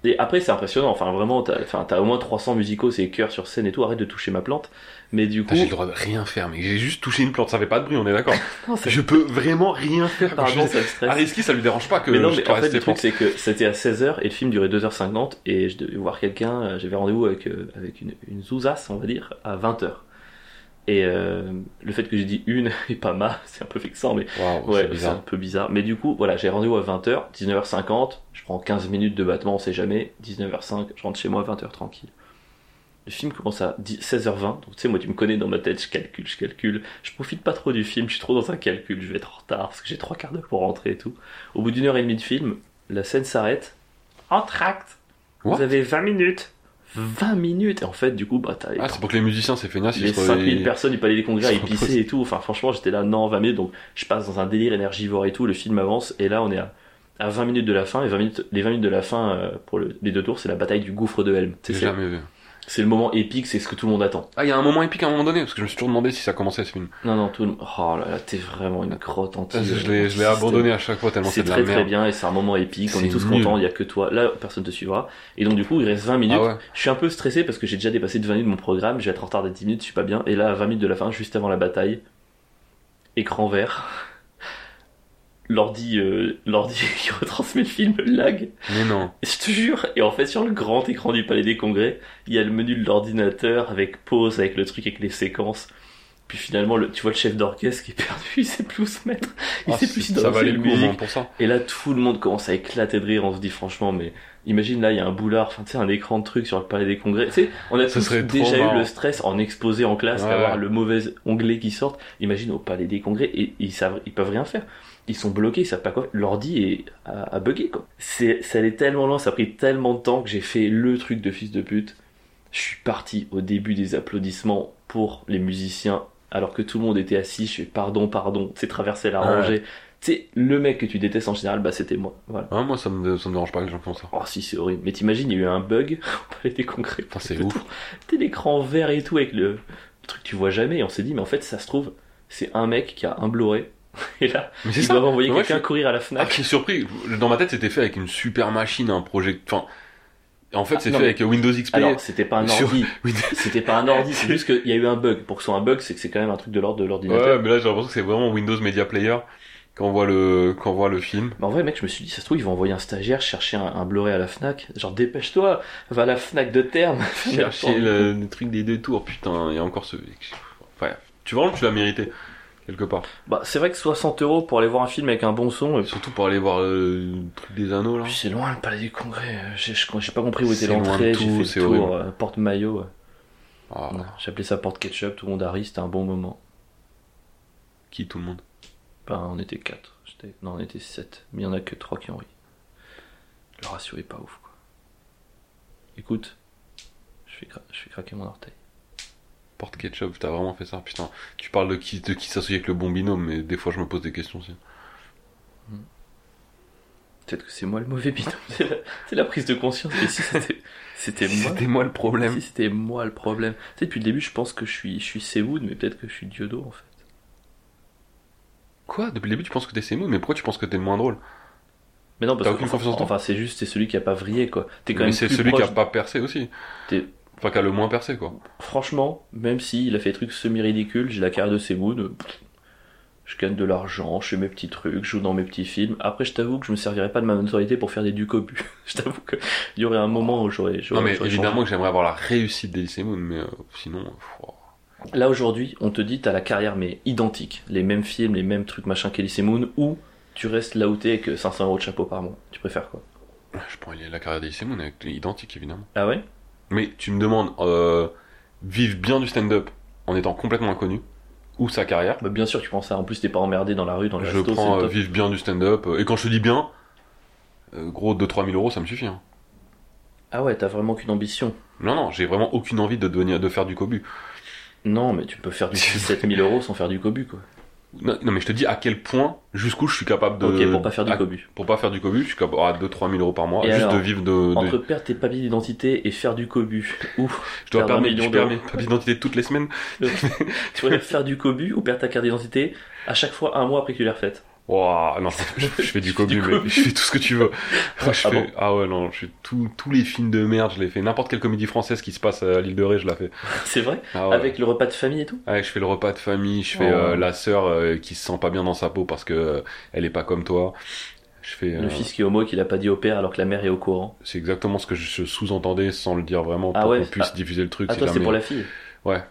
Et après, c'est impressionnant. Enfin, vraiment, t'as enfin, t'as au moins 300 musicaux, c'est chœurs sur scène et tout. Arrête de toucher ma plante. Mais du coup,
Putain, Ah, J'ai le droit de rien faire, mais j'ai juste touché une plante, ça fait pas de bruit, on est d'accord.
non, ça-
Je peux vraiment rien faire.
pardon,
Je-
ça me stresse.
Ariski, Ah, ça lui dérange pas que
mais non,
je
mais en
caresse
fait,
ses
le truc,
plantes.
c'est que c'était à 16h et le film durait 2h50 et je devais voir quelqu'un, euh, j'avais rendez-vous avec, euh, avec une, une zouzasse, on va dire, à 20h. Et euh, le fait que j'ai dit une et pas ma, c'est un peu vexant, mais
Waouh, c'est
Ouais, c'est un
bizarre.
peu bizarre. Mais du coup, voilà, j'ai rendez-vous à 20h, 19h50, je prends 15 minutes de battement, on sait jamais, 19h05, je rentre chez moi, 20h tranquille. Le film commence à 10 16h20, donc tu sais, moi tu me connais dans ma tête, je calcule, je calcule. Je profite pas trop du film, je suis trop dans un calcul, je vais être en retard, parce que j'ai trois quarts d'heure pour rentrer et tout. Au bout d'une heure et demie de film, la scène s'arrête. Entracte
What
Vous avez 20 minutes 20 minutes Et en fait, du coup, bah t'as les
Ah, c'est pour que les musiciens, c'est feignasse,
les
ils se
5000
réveillent.
personnes du palais des congrès à
Ils sont
épicer
posés.
et tout. Enfin, franchement, j'étais là, non, 20 minutes. Donc, je passe dans un délire énergivore et tout. Le film avance. Et là, on est à, à 20 minutes de la fin. Et 20 minutes, les 20 minutes de la fin, euh, pour le- les deux tours, c'est la bataille du gouffre de Helm. Tu
J'ai
sais, C'est
jamais vu.
c'est le moment épique, c'est ce que tout le monde attend.
Ah, il y a un moment épique à un moment donné, parce que je me suis toujours demandé si ça commençait ce film.
Non, non, tout le monde. Oh là là, t'es vraiment une crotte
Je
anti.
l'ai- je l'ai
anti-système.
abandonné à chaque fois tellement
euh, C'est
c'est de
très
la
très
merde.
bien et c'est un moment épique, on est,
C'est
tous
nul.
contents, il y a que toi, là personne te suivra. Et donc du coup il reste 20 minutes,
Ah ouais.
je suis un peu stressé parce que j'ai déjà dépassé de 20 minutes de mon programme, je vais être en retard de 10 minutes, je suis pas bien. Et là, à 20 minutes de la fin, juste avant la bataille, écran vert, l'ordi euh, l'ordi qui retransmet le film lag,
Mais non.
je te jure. Et en fait, sur le grand écran du Palais des Congrès, il y a le menu de l'ordinateur avec pause, avec le truc, avec les séquences. Puis finalement, le, tu vois le chef d'orchestre qui est perdu, il sait plus où se mettre, il
Ah,
sait plus si
ça
danser
valait le
une
coup hein. au
musique.
moins pour ça.
Et là, tout le monde commence à éclater de rire. On se dit franchement, mais imagine là, il y a un boulard, enfin tu sais, un écran de truc sur le palais des congrès. Tu sais, on a
Ce
tous
serait trop
déjà eu
marrant.
le stress en exposé en classe
Ouais,
d'avoir
ouais.
le mauvais onglet qui sort. Imagine au palais des congrès et ils savent, ils peuvent rien faire. Ils sont bloqués, ils savent pas quoi. L'ordi est à, à bugger quoi. C'est, ça allait tellement loin, ça a pris tellement de temps que j'ai fait le truc de fils de pute. Je suis parti au début des applaudissements pour les musiciens, alors que tout le monde était assis. Je fais pardon, pardon. Tu sais, traverser la
Ouais.
rangée. Tu sais, le mec que tu détestes en général, bah c'était moi. Voilà.
Ah, moi, ça me, ça me dérange pas les gens qui font ça.
Oh si c'est horrible. Mais t'imagines, il y a eu un bug au palais des congrès.
Putain, c'est
Le
ouf.
tour. T'es l'écran vert et tout avec le, le truc que tu vois jamais. Et on s'est dit, mais en fait, ça se trouve, c'est un mec qui a un Blu-ray. Et là,
Mais c'est
ils
ça.
doivent envoyer
Mais moi,
quelqu'un courir à la
Ah,
Fnac.
qui est surpris. Dans ma tête, c'était fait avec une super machine, un projet. Enfin, en fait,
Ah,
c'est
non,
fait avec Windows XP.
Alors, c'était pas un
Sur-
ordi.
Oui.
C'était pas un ordi, c'est juste qu'il y a eu un bug. Pour que ce soit un bug, c'est que c'est quand même un truc de l'ordre de l'ordinateur.
Ouais, mais là, j'ai l'impression que c'est vraiment Windows Media Player quand on voit le, quand on voit le film.
Mais en vrai, mec, je me suis dit, ça se trouve, ils vont envoyer un stagiaire chercher un, un Blu-ray à la Fnac. Genre, dépêche-toi, va à la Fnac de terme.
Chercher le, le truc des deux tours, putain, il y a encore ce. Ouais. Tu vraiment, tu l'as mérité, quelque part.
Bah, c'est vrai que 60 euros pour aller voir un film avec un bon son, euh,
Surtout pour aller voir euh, le truc des anneaux, là.
Puis c'est loin le palais du congrès, euh, j'ai je- j'ai pas compris où était
C'est loin
l'entrée,
de
j'ai
tout,
fait
c'est
le tour,
horrible.
euh, porte maillot,
Ah,
j'appelais ça porte ketchup, tout le monde arrive, c'était un bon moment.
qui, tout le monde
Ben on était 4, non on était 7, mais il y en a que 3 qui ont ri. Le ratio est pas ouf quoi. Écoute, je fais, cra- je fais craquer mon orteil.
Porte ketchup, t'as vraiment fait ça, putain. Tu parles de qui, de qui s'associe avec le bon binôme, mais des fois, je me pose des questions aussi.
Peut-être que c'est moi le mauvais bidon, c'est la, c'est la prise de conscience, mais si c'était- c'était moi.
C'était moi le problème.
Si c'était moi le problème. Tu sais, depuis le début, je pense que je suis, je suis Sewood, mais peut-être que je suis Diodo en fait.
Quoi Depuis le début, tu penses que t'es Seymour, mais pourquoi tu penses que t'es le moins drôle
Mais non, parce
T'as
que
aucune confiance en toi.
enfin, c'est juste, c'est celui qui a pas vrillé, quoi. T'es quand
Mais
même
c'est
plus
celui qui a
proche-
pas percé aussi.
T'es-
Enfin, qui a le moins percé, quoi.
Franchement, même s'il a fait des trucs semi-ridicules, j'ai la carrière de Seymour. euh, pff, Je gagne de l'argent, je fais mes petits trucs, je joue dans mes petits films. Après, je t'avoue que je me servirais pas de ma notoriété pour faire des ducs au but. je t'avoue qu'il y aurait un moment où j'aurais.
Non,
j'aurais-
mais
j'aurais
évidemment que j'aimerais avoir la réussite d'Elysée Moon, mais euh, sinon. euh, pff, oh.
changé. Là, aujourd'hui, on te dit, t'as la carrière, mais identique. Les mêmes films, les mêmes trucs, machin qu'Elysée Moon, ou tu restes là où t'es avec 500 euros de chapeau par mois. Tu préfères quoi
Je prends la carrière d'Elysée Moon avec identique, évidemment.
Ah ouais
Mais tu me demandes, euh, vivre bien du stand-up en étant complètement inconnu, ou sa carrière.
bah, Bien sûr, tu prends ça. En plus, t'es pas emmerdé dans la rue, dans les
Je
restos, c'est
prends
le
euh,
top.
vivre bien du stand-up, euh, et quand je te dis bien, euh, gros 2-3 000 euros, ça me suffit. hein.
Ah ouais, t'as vraiment qu'une ambition.
Non, non, j'ai vraiment aucune envie de, devenir, de faire du cobu.
Non, mais tu peux faire du 17 000 euros sans faire du cobu, quoi.
Non, non, mais je te dis à quel point, jusqu'où je suis capable de. Ah.
Ok, pour pas faire du
à-
cobu.
Pour pas faire du cobu, je suis capable oh, à 2-3 000 euros par mois,
Et
juste
alors,
de vivre de. de-
Entre perdre tes papiers d'identité et faire du cobu, ou
je dois
perdre un
perdre mes
million
je perds mes papiers d'identité toutes les semaines.
tu préfères faire du cobu ou perdre ta carte d'identité à chaque fois un mois après que tu l'aies refaite.
Ouah, non, je, je fais du cobu, mais
cobu.
je fais tout ce que tu veux. Moi, je
Ah
fais-
bon
ah ouais, non, je fais tout- tous les films de merde, je les fais. N'importe quelle comédie française qui se passe à l'île de Ré, je la fais.
C'est vrai
Ah ouais. Ah
Avec le repas de famille et tout
Ouais, je fais le repas de famille, je fais
Oh.
euh, la sœur euh, qui se sent pas bien dans sa peau parce que euh, elle est pas comme toi. Je fais. euh,
Le fils qui est homo, qui l'a pas dit au père alors que la mère est au courant.
C'est exactement ce que je sous-entendais sans le dire vraiment pour
Ah ouais,
qu'on puisse
ah-
diffuser le truc.
Ah,
si
toi, c'est
jamais-
pour la fille
Ouais.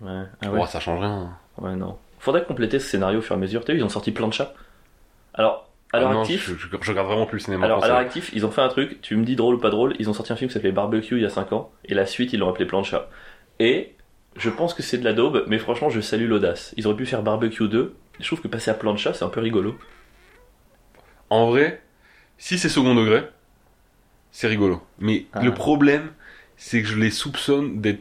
Ouais, ah ouais.
Ouah, Oh, ça change rien.
Ouais, non. Faudrait compléter ce scénario au fur et à mesure. T'as vu, ils ont sorti plein de chats. Alors, à l'heure
Ah non,
actif.
je, je- je regarde vraiment plus le cinéma
Alors, à
français.
l'heure actif, ils ont fait un truc, tu me dis drôle ou pas drôle, ils ont sorti un film qui s'appelait Barbecue il y a 5 ans, et la suite, ils l'ont appelé Plancha. Et je pense que c'est de la daube, mais franchement, je salue l'audace. Ils auraient pu faire Barbecue 2, je trouve que passer à Plancha, c'est un peu rigolo.
En vrai, si c'est second degré, c'est rigolo. Mais
Ah.
le problème, c'est que je les soupçonne d'être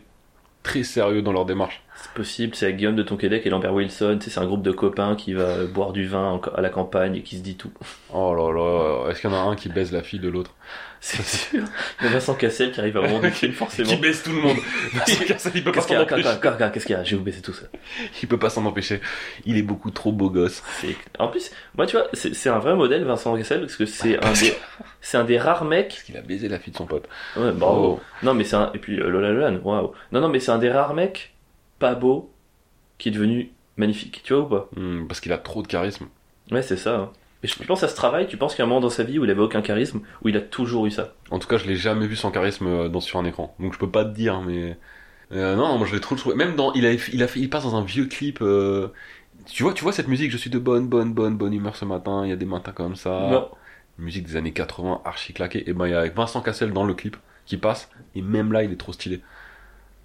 très sérieux dans leur démarche.
C'est possible, c'est avec Guillaume de Tonquédec et Lambert Wilson, tu sais, c'est un groupe de copains qui va euh, boire du vin en- à la campagne et qui se dit tout.
Oh là là, est-ce qu'il y en a un qui baise la fille de l'autre
C'est sûr. Il y a Vincent Cassel qui arrive à moment du film, forcément.
Qui baise tout le monde Vincent Cassel, il peut pas
Qu'est-ce qu'il y
s'en
a Quoi, quoi,
empêcher.
quoi, quoi, Qu'est-ce qu'il y a Je vais vous baisser tout ça.
Il peut pas s'en empêcher. Il est beaucoup trop beau gosse.
C'est- En plus, moi, tu vois, c'est c'est un vrai modèle, Vincent Cassel, parce que c'est un,
Parce
des... c'est un des rares mecs.
Parce qu'il a baisé la fille de son pote. Oh.
Ouais, bravo. Non, mais c'est un. Et puis euh, Lola Lolan, waouh. Non, non, mais c'est un des rares mecs pas beau qui est devenu magnifique, tu vois ou pas
Hmm, parce qu'il a trop de charisme.
Ouais, c'est ça. hein. Et je- tu penses à ce travail, tu penses qu'il y a un moment dans sa vie où il avait aucun charisme, où il a toujours eu ça.
En tout cas, je l'ai jamais vu sans charisme euh, dans, sur un écran. Donc je peux pas te dire, hein, mais. Euh, non, non, moi je l'ai trop trouvé. Même dans. Il, avait, il, a fait, il passe dans un vieux clip. euh, Tu vois, tu vois cette musique, je suis de bonne, bonne, bonne, bonne humeur ce matin, il y a des matins comme ça.
Non.
Musique des années 80, archi claquée. Et ben, il y a Vincent Cassel dans le clip qui passe, et même là, il est trop stylé.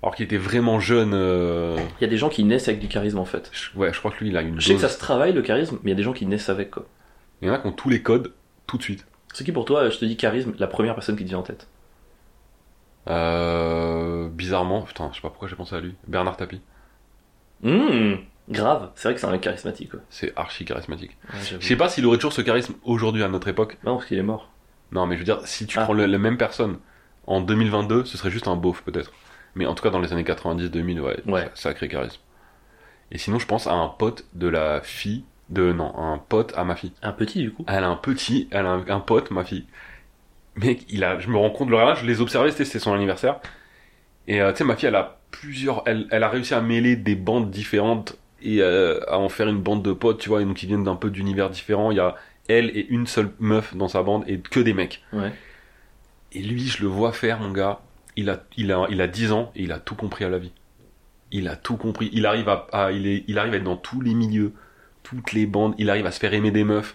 Alors qu'il était vraiment jeune. euh,
Il y a des gens qui naissent avec du charisme en fait.
je- Ouais, je crois que lui, il a une.
Je sais que
dose.
ça se travaille le charisme, mais il y a des gens qui naissent avec quoi.
Il y en a qui ont tous les codes tout de suite.
Ce qui pour toi, euh, je te dis charisme, la première personne qui te vient en tête.
Euh, bizarrement, putain, je sais pas pourquoi j'ai pensé à lui. Bernard Tapie,
Hum, grave, c'est vrai que c'est un mec charismatique quoi.
c'est archi charismatique.
Ouais, Ah, j'avoue.
Je sais pas s'il aurait toujours ce charisme aujourd'hui à notre époque.
non, parce qu'il est mort.
Non, mais je veux dire, si tu
Ah.
prends le- la même personne en 2022, ce serait juste un beauf peut-être. Mais en tout cas, dans les années 90-2000, ouais,
Ouais.
ça- sacré charisme. Et sinon, je pense à un pote de la fille de non, un pote à ma fille.
Un petit du coup.
Elle a un petit, elle a un, un pote, ma fille. Mec, il a, je me rends compte, le regarde, je les observais, c'était c'était son anniversaire. Et euh, tu sais, ma fille, elle a plusieurs, elle, elle a réussi à mêler des bandes différentes et euh, à en faire une bande de potes, tu vois, et donc qui viennent d'un peu d'univers différents. Il y a elle et une seule meuf dans sa bande et que des mecs.
Ouais.
Et lui, je le vois faire, mon gars. Il a, il a, il a 10 ans et il a tout compris à la vie. Il a tout compris. Il arrive à, à- il, est, il arrive à être dans tous les milieux, toutes les bandes. Il arrive à se faire aimer des meufs.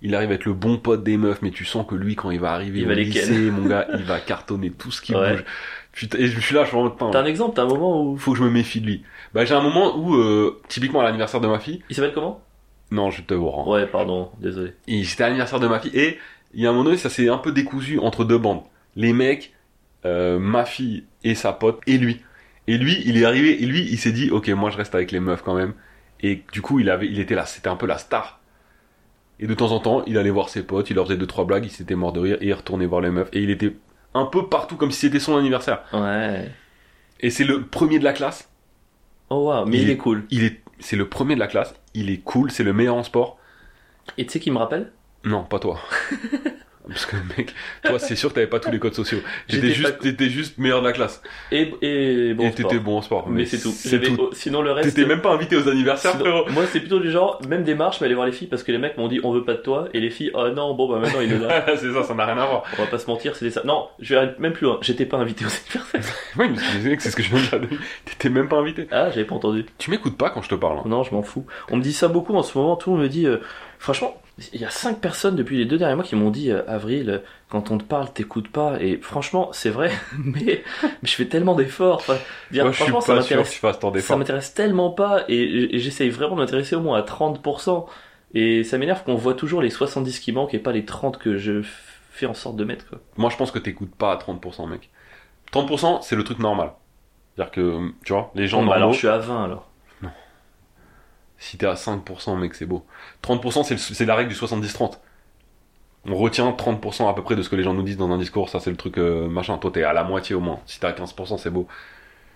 Il arrive à être le bon pote des meufs, mais tu sens que lui, quand il va arriver
Il
au
va les
lycée, mon gars, il va cartonner tout ce qui
Ouais.
bouge. Putain, et je suis là, je suis vraiment, putain,
T'as un exemple, t'as un moment où.
faut que je me méfie de lui. Bah, j'ai un moment où, euh, typiquement à l'anniversaire de ma fille,
Il s'appelle comment
non, je te voir. hein.
Ouais, pardon, désolé.
Et c'était l'anniversaire de ma fille. Et il y a un moment donné, ça s'est un peu décousu entre deux bandes. Les mecs, euh, ma fille et sa pote, et lui. Et lui, il est arrivé, et lui, il s'est dit, ok, moi je reste avec les meufs quand même. Et du coup, il avait, il était là, c'était un peu la star. Et de temps en temps, il allait voir ses potes, il leur faisait deux trois blagues, il s'était mort de rire, et il retournait voir les meufs. Et il était un peu partout comme si c'était son anniversaire.
Ouais.
Et c'est le premier de la classe.
Oh waouh, mais il,
Il-
est cool.
Il est, c'est le premier de la classe, il est cool, c'est le meilleur en sport.
Et tu sais qui me rappelle
Non, pas toi. Parce que mec, toi c'est sûr que t'avais pas tous les codes sociaux. J'étais
J'étais
juste,
pas-
t'étais juste meilleur de la classe.
Et, et bon.
et
sport.
t'étais bon en sport.
Mais c'est tout.
C'est
J'avais-
tout.
oh, Sinon le reste.
T'étais même pas invité aux anniversaires,
sinon-
frérot.
Moi c'est plutôt du genre même démarche mais aller voir les filles parce que les mecs m'ont dit on veut pas de toi et les filles oh non bon bah maintenant il est là
c'est ça, ça n'a rien à voir.
on va pas se mentir c'était ça non je vais aller même plus loin j'étais pas invité aux anniversaires
Oui, mais c'est mec, c'est ce que je viens de dire. T'étais même pas invité.
ah j'avais pas entendu
Tu m'écoutes pas quand je te parle. hein.
non je m'en fous on me dit ça beaucoup en ce moment tout le monde me dit euh, franchement il y a cinq personnes depuis les deux derniers mois qui m'ont dit euh, avril euh, quand on te parle t'écoutes pas et franchement c'est vrai mais, mais je fais tellement d'efforts enfin, dire,
Moi, je suis
franchement ça
pas sûr que
m'intéresse
tu fasses tant
Ça
d'efforts.
m'intéresse tellement pas et- et et j'essaye vraiment de m'intéresser au moins à 30%. Et ça m'énerve qu'on voit toujours les 70 qui manquent et pas les 30 que je f- fais en sorte de mettre. Quoi.
Moi, je pense que t'écoutes pas à 30%, mec. 30%, c'est le truc normal. C'est-à-dire que, tu vois, les gens
Bon, bah
normaux,
alors je suis à 20 alors.
si t'es à 5%, mec, c'est beau. 30%, c'est le- c'est la règle du 70-30. On retient 30% à peu près de ce que les gens nous disent dans un discours, ça c'est le truc euh, machin. Toi, t'es à la moitié au moins. Si t'es à 15%, c'est beau.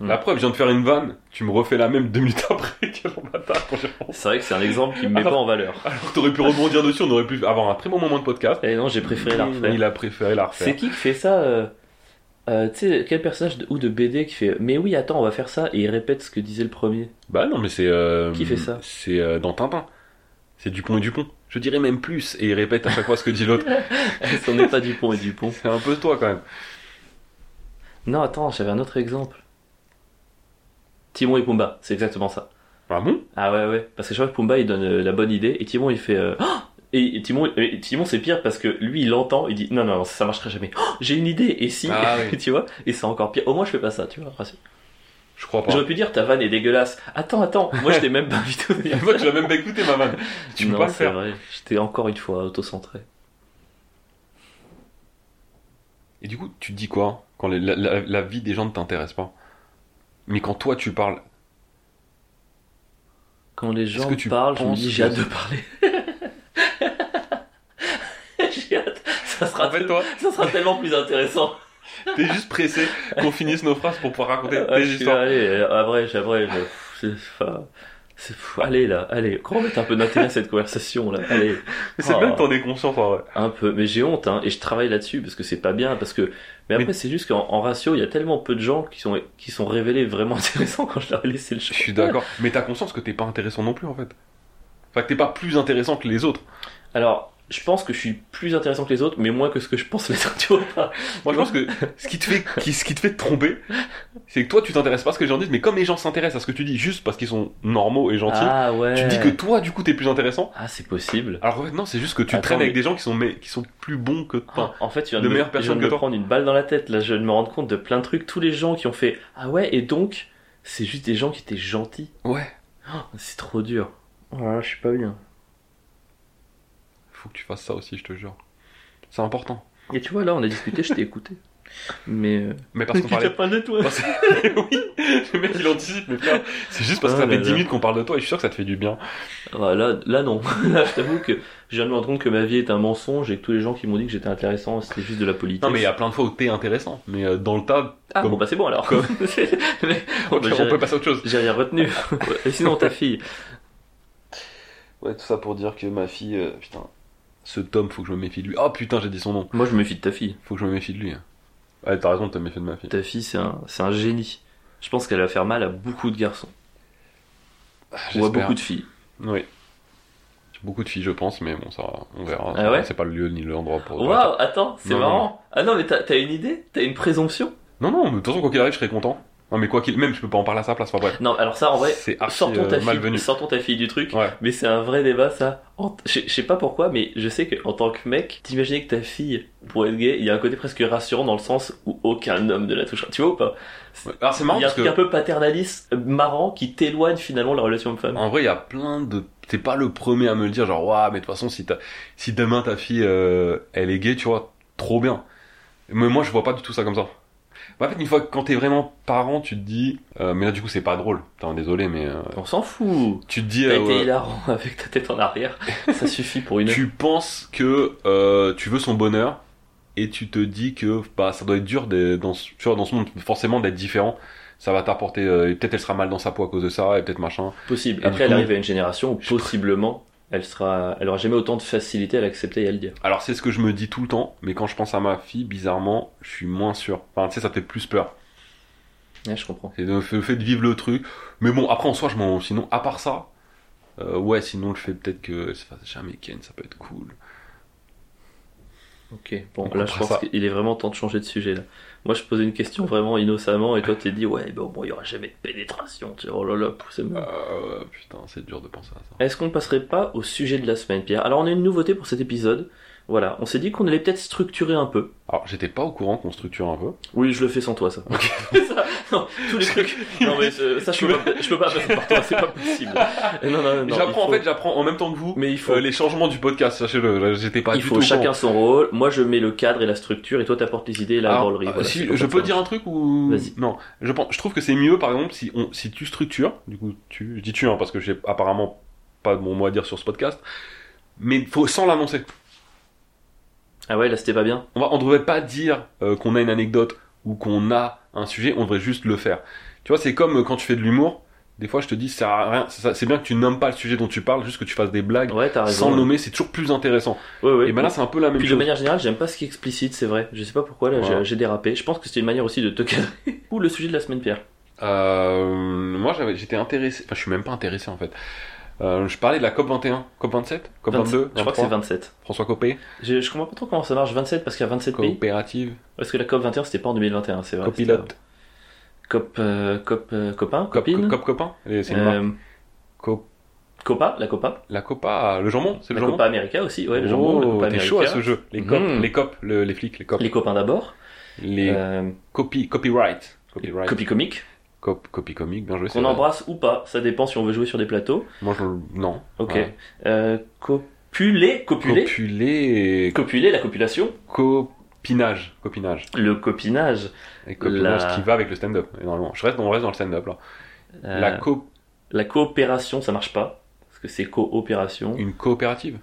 Hmm.
La preuve, je viens de faire une vanne, tu me refais la même deux minutes après, quel bâtard, quand j'y repense.
C'est vrai que c'est un exemple qui me met
Alors-
pas en valeur.
Alors t'aurais pu rebondir dessus, on aurait pu avoir un très bon moment de podcast.
Et Eh non, j'ai préféré la refaire.
Il a préféré la
C'est
refaire.
qui qui fait ça euh, euh, Tu sais, quel personnage de- ou de BD qui fait Mais oui, attends, on va faire ça et il répète ce que disait le premier.
Bah non, mais c'est. euh,
Qui fait ça
C'est euh, dans Tintin. C'est Dupont et Dupont. Je dirais même plus, et il répète à chaque fois ce que dit l'autre.
si on n'est pas Dupont et Dupont.
C'est un peu toi quand même.
Non, attends, j'avais un autre exemple. Timon et Pumba, c'est exactement ça.
Ah bon
Ah ouais, ouais. Parce que je crois que Pumba il donne euh, la bonne idée et Timon il fait. euh, Oh et et Timon, et Timon c'est pire parce que lui il entend, il dit non, non, non, ça marchera jamais. Oh, J'ai une idée et si,
Ah oui.
tu vois, et c'est encore pire. Au moins je fais pas ça, tu vois. rassure.
Je crois pas.
J'aurais pu dire ta vanne est dégueulasse. Attends, attends, moi je t'ai même pas invité au
Et
délire.
Moi, tu l'as même pas écouté, ma vanne. Tu peux
non,
pas le
c'est
faire.
vrai, j'étais encore une fois auto-centré.
Et du coup, tu te dis quoi quand les- la, la- la vie des gens ne t'intéresse pas Mais quand toi, tu parles.
Quand les gens
que tu
parlent, je me
penses
dis
que-
j'ai hâte de parler. j'ai hâte, ça sera,
En fait, toi,
ça sera tellement plus intéressant.
t'es juste pressé qu'on finisse nos phrases pour pouvoir raconter
Ah, je
tes
suis
histoires.
là, allez, euh, à vrai, à vrai, je- pff, c'est- enfin, c'est- pff, allez là, allez, comment mettre un peu d'intérêt à cette conversation là Allez,
Mais c'est
Oh.
bien que t'en es conscient, en vrai.
un peu, mais j'ai honte, hein, et je travaille là-dessus parce que c'est pas bien, parce que, mais après
Mais-
c'est juste qu'en en ratio, il y a tellement peu de gens qui sont qui sont révélés vraiment intéressants quand je leur ai laissé le
Je
choix.
suis d'accord. Mais t'as conscience que t'es pas intéressant non plus, en fait. Enfin, que t'es pas plus intéressant que les autres.
Alors, je pense que je suis plus intéressant que les autres, mais moins que ce que je pense les autres. tu vois.
Moi, je pense que ce qui te fait, qui- ce qui te fait te tromper, c'est que toi, tu t'intéresses pas à ce que les gens disent, mais comme les gens s'intéressent à ce que tu dis juste parce qu'ils sont normaux et gentils,
Ah ouais.
tu te dis que toi, du coup, t'es plus intéressant.
ah c'est possible.
Alors en fait, non, c'est juste que tu
Attends,
traînes avec
mais-
des gens qui sont, mais, qui sont plus bons que toi.
Ah. en fait, tu viens
de
de, me-
meilleures
je viens
personnes
de
que
me
toi.
prendre une balle dans la tête. Là, je viens de me rendre compte de plein de trucs. Tous les gens qui ont fait ah ouais et donc, c'est juste des gens qui étaient gentils.
Ah,
Ah,
Ouais.
C'est trop dur.
Ah,
Voilà, je suis pas bien.
Faut que tu fasses ça aussi, je te jure. C'est important.
Et tu vois, là, on a discuté, je t'ai écouté. Mais. euh,
Mais parce qu'on
tu t'as
parlait.
pas de toi.
Parce- oui, le mec il anticipe, mais frère, c'est juste parce que
Ah
ça fait
là
10
là.
minutes qu'on parle de toi et je suis sûr que ça te fait du bien.
Ah, là, là, non. Là, je t'avoue que je viens de me rendre compte que ma vie est un mensonge et que tous les gens qui m'ont dit que j'étais intéressant, c'était juste de la politesse.
Non, mais il y a plein de fois où t'es intéressant, mais euh, dans le tas,
Ah, bon,
Comment-
bah c'est bon alors.
Comment-
Mais-
on
bon, bah, j'ai-
peut passer à autre chose.
J'ai rien retenu. Ah, et sinon, ta fille.
Ouais, tout ça pour dire que ma fille, euh, putain, ce Tom, faut que je me méfie de lui. Ah putain, j'ai dit son nom.
Moi, je me fie de ta fille.
Faut que je me méfie de lui. hein. Ouais, t'as raison de te méfier de ma fille.
Ta fille, c'est un, c'est un génie. Je pense qu'elle va faire mal à beaucoup de garçons ou à
Ah, J'espère.
beaucoup de filles.
Oui. Beaucoup de filles, je pense, mais bon, ça, va, on verra.
Ah ouais
c'est pas le lieu ni l'endroit pour.
Waouh, attends, c'est
Non, non.
marrant. Ah non, mais t'as t'as une idée T'as une présomption
Non, non, mais de toute façon, quoi qu'il arrive, je serai content. Non, mais quoi qu'il. Même, je peux pas en parler à sa place, enfin bref.
Non, alors ça, en vrai,
c'est archi
Sortons
euh,
ta,
malvenu.
fille, sortons ta fille du truc,
Ouais.
mais c'est un vrai débat ça. En- Je je sais pas pourquoi, mais je sais que en tant que mec, t'imaginer que ta fille pourrait être gay, il y a un côté presque rassurant dans le sens où aucun homme ne la touchera. Tu vois ou pas
Ouais. Alors, Ah, c'est
Il
marrant
y a un
parce
truc
que.
un peu paternaliste, euh, marrant, qui t'éloigne finalement de la relation homme-femme.
En vrai, il y a plein de. T'es pas le premier à me le dire, genre, waouh, mais de toute façon, si, t'as- si demain ta fille, euh, elle est gay, tu vois, trop bien. Mais moi, je vois pas du tout ça comme ça. Bah, en fait, une fois que quand t'es vraiment parent, tu te dis. euh, mais là, du coup, c'est pas drôle. Putain, désolé, mais. euh,
On s'en fout.
tu te dis.
T'as
euh,
été
ouais,
hilarant avec ta tête en arrière, ça suffit pour une.
tu penses que euh, tu veux son bonheur et tu te dis que bah, ça doit être dur d'être dans, ce- tu vois, dans ce monde, forcément d'être différent. ça va t'apporter, euh, et peut-être elle sera mal dans sa peau à cause de ça, et peut-être machin.
Possible.
Et
Après, elle
du coup-
arrive à une génération où possiblement, elle sera, elle aura jamais autant de facilité à l'accepter et à le dire.
Alors c'est ce que je me dis tout le temps, mais quand je pense à ma fille, bizarrement, je suis moins sûr. Enfin, tu sais, ça te fait plus peur.
Ouais, je comprends.
C'est le fait le fait de vivre le truc. Mais bon, après en soi, je m'en. Sinon, à part ça, euh, ouais, sinon le fait peut-être que ça fasse jamais Ken, ça peut être cool.
Ok. Bon,
On
là, je
comprend
pense
ça.
qu'il est vraiment temps de changer de sujet, là. Moi, je posais une question vraiment innocemment, et toi, t'es dit, ouais, bon, bon, il y aura jamais de pénétration, tu vois, oh là là, poussez-moi.
Euh, putain, c'est dur de penser à ça.
Est-ce qu'on ne passerait pas au sujet de la semaine, Pierre Alors, on a une nouveauté pour cet épisode. Voilà, on s'est dit qu'on allait peut-être structurer un peu.
Alors, j'étais pas au courant qu'on structure un peu.
Oui, je le fais sans toi, ça. Ça, non, tous les trucs. Non, mais euh, ça, je peux, pas, je peux pas passer par toi, c'est pas possible. Non, non, non. non,
j'apprends
il
en
faut-
fait, j'apprends en même temps que vous.
Mais il faut,
euh, les changements du podcast, sachez-le, là, j'étais pas
il
du
faut
tout au
chacun
courant.
son rôle. Moi, je mets le cadre et la structure, et toi, t'apportes les idées et la
Alors,
drôlerie.
euh,
Voilà,
si-
c'est comme
je
ça
peux
que
dire un truc ou
Vas-y.
non Je pense, je trouve que c'est mieux par exemple si on, si tu structures, du coup tu, je dis tu hein, parce que j'ai apparemment pas de mon mot à dire sur ce podcast, mais faut sans l'annoncer.
marche. Ah ouais, là, c'était pas bien.
On va, on devrait pas dire euh, qu'on a une anecdote ou qu'on a un sujet, on devrait juste le faire. Tu vois, c'est comme euh, quand tu fais de l'humour. Des fois, je te dis, ça sert à rien. ça- C'est bien que tu nommes pas le sujet dont tu parles, juste que tu fasses des blagues
Ouais, t'as raison.
sans le nommer, c'est toujours plus intéressant.
Ouais, ouais.
et ben là, c'est un peu la même
Puis de
chose.
manière générale, j'aime pas ce qui est explicite, c'est vrai. Je sais pas pourquoi, là, j'ai-
Voilà.
j'ai dérapé. Je pense que c'était une manière aussi de te cadrer. Ou le sujet de la semaine, Pierre.
Euh, moi, j'avais, j'étais intéressé. Enfin, je suis même pas intéressé en fait. Euh, je parlais de la COP 21, COP 27, COP 22.
je crois que c'est 27.
François Copé,
Je, je comprends pas trop comment ça marche 27 parce qu'il y a 27 pays.
coopérative,
Parce que la COP 21 c'était pas en 2021, c'est vrai.
copilote,
c'était- COP, euh, COP euh, copain,
cop,
copine.
cop copain. Et c'est une marque.
euh,
Cop-
Copa, la Copa.
la Copa, le jambon, c'est le
La
jambon.
Copa América aussi, ouais, le
Oh,
jambon, la Copa
t'es chaud à
América.
ce jeu. Les cop,
Mhm.
les cop, le- les flics, les cop,
Les copains d'abord.
les
Euh,
copy, copyright, copyright,
Copie comique.
cop, copy comique, bien joué. c'est
Qu'on
vrai.
embrasse ou pas, ça dépend si on veut jouer sur des plateaux.
Moi, je- non.
Ok.
Ouais.
Euh, copulé, copulé.
Copulé, et
Copuler, la copulation,
copinage, copinage,
le copinage,
et copinage
La-
qui va avec le stand-up. énormément. Je reste, on reste dans le stand-up là.
euh,
La cop,
la coopération, ça marche pas parce que c'est coopération.
une coopérative.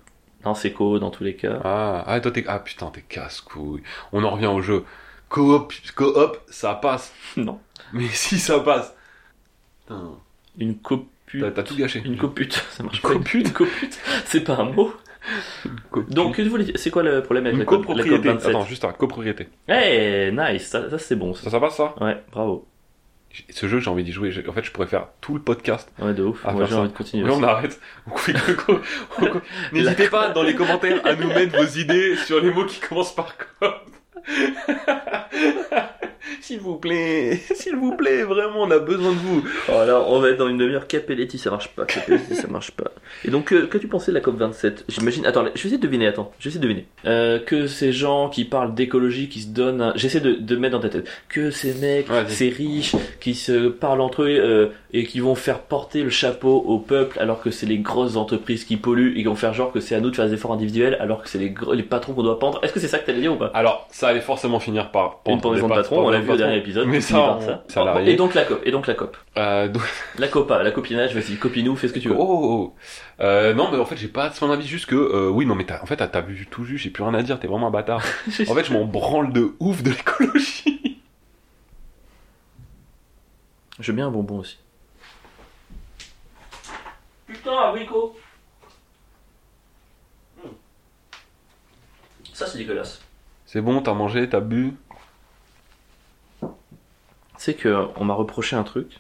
Non, c'est co dans tous les cas.
Ah, ah, toi, t'es... ah putain, t'es casse-couille. On en revient au jeu. Coop, coop, ça passe.
Non.
Mais si ça passe. Putain,
Une copule.
t'as, t'as tout gâché.
Une copute, ça marche
Une
pas.
copute
Une copute, c'est pas un mot. Donc, que voulez- c'est quoi le problème avec
une
la cop- la
copropriété.
COP27
Attends, juste un copropriété.
Eh, nice, ça, ça, c'est bon. ça.
Ça, ça passe ça
Ouais, bravo.
J'ai- Ce jeu, j'ai envie d'y jouer. J'ai- En fait, je pourrais faire tout le podcast.
Ouais, de ouf.
Ah,
Moi,
faire
j'ai
ça.
envie de continuer.
Là, on
aussi.
arrête. On coupe le co- on coupe- N'hésitez pas dans les commentaires à nous mettre vos idées sur les mots qui commencent par cop. S'il vous plaît, s'il vous plaît, vraiment, on a besoin de vous.
Oh, alors, on va être dans une demi-heure. Capelletti, ça marche pas. Capelletti, ça marche pas. Et donc, que, que tu pensais de la COP27 J'imagine. Attends, je vais essayer de deviner. Attends, je vais essayer de deviner. Euh, que ces gens qui parlent d'écologie, qui se donnent. un- J'essaie de, de mettre dans ta tête. Que ces mecs,
Vas-y.
ces riches, qui se parlent entre eux euh, et qui vont faire porter le chapeau au peuple alors que c'est les grosses entreprises qui polluent et qui vont faire genre que c'est à nous de faire des efforts individuels alors que c'est les, gros- les patrons qu'on doit pendre. Est-ce que c'est ça que t'allais dire ou pas
Alors, ça allait forcément finir par
Une pendaison de patron, on l'a vu au dernier épisode.
Mais
on finit
ça,
par
on-
ça.
ça l'arrive.
Et donc la COP. Et donc la COP.
Euh, donc,
La copa, la copinage, vas-y, copine-nous, fais ce que tu
oh,
veux.
oh, oh. Euh, non, mais en fait, j'ai pas son avis, juste que, euh, oui, non, mais t'as, en fait, t'as- t'as vu tout juste, j'ai plus rien à dire, t'es vraiment un bâtard. En fait, je m'en branle de ouf de l'écologie.
je veux bien un bonbon aussi. Putain, abricot Hmm. Ça, c'est dégueulasse.
C'est bon, t'as mangé, t'as bu.
Tu sais que, euh, on m'a reproché un truc.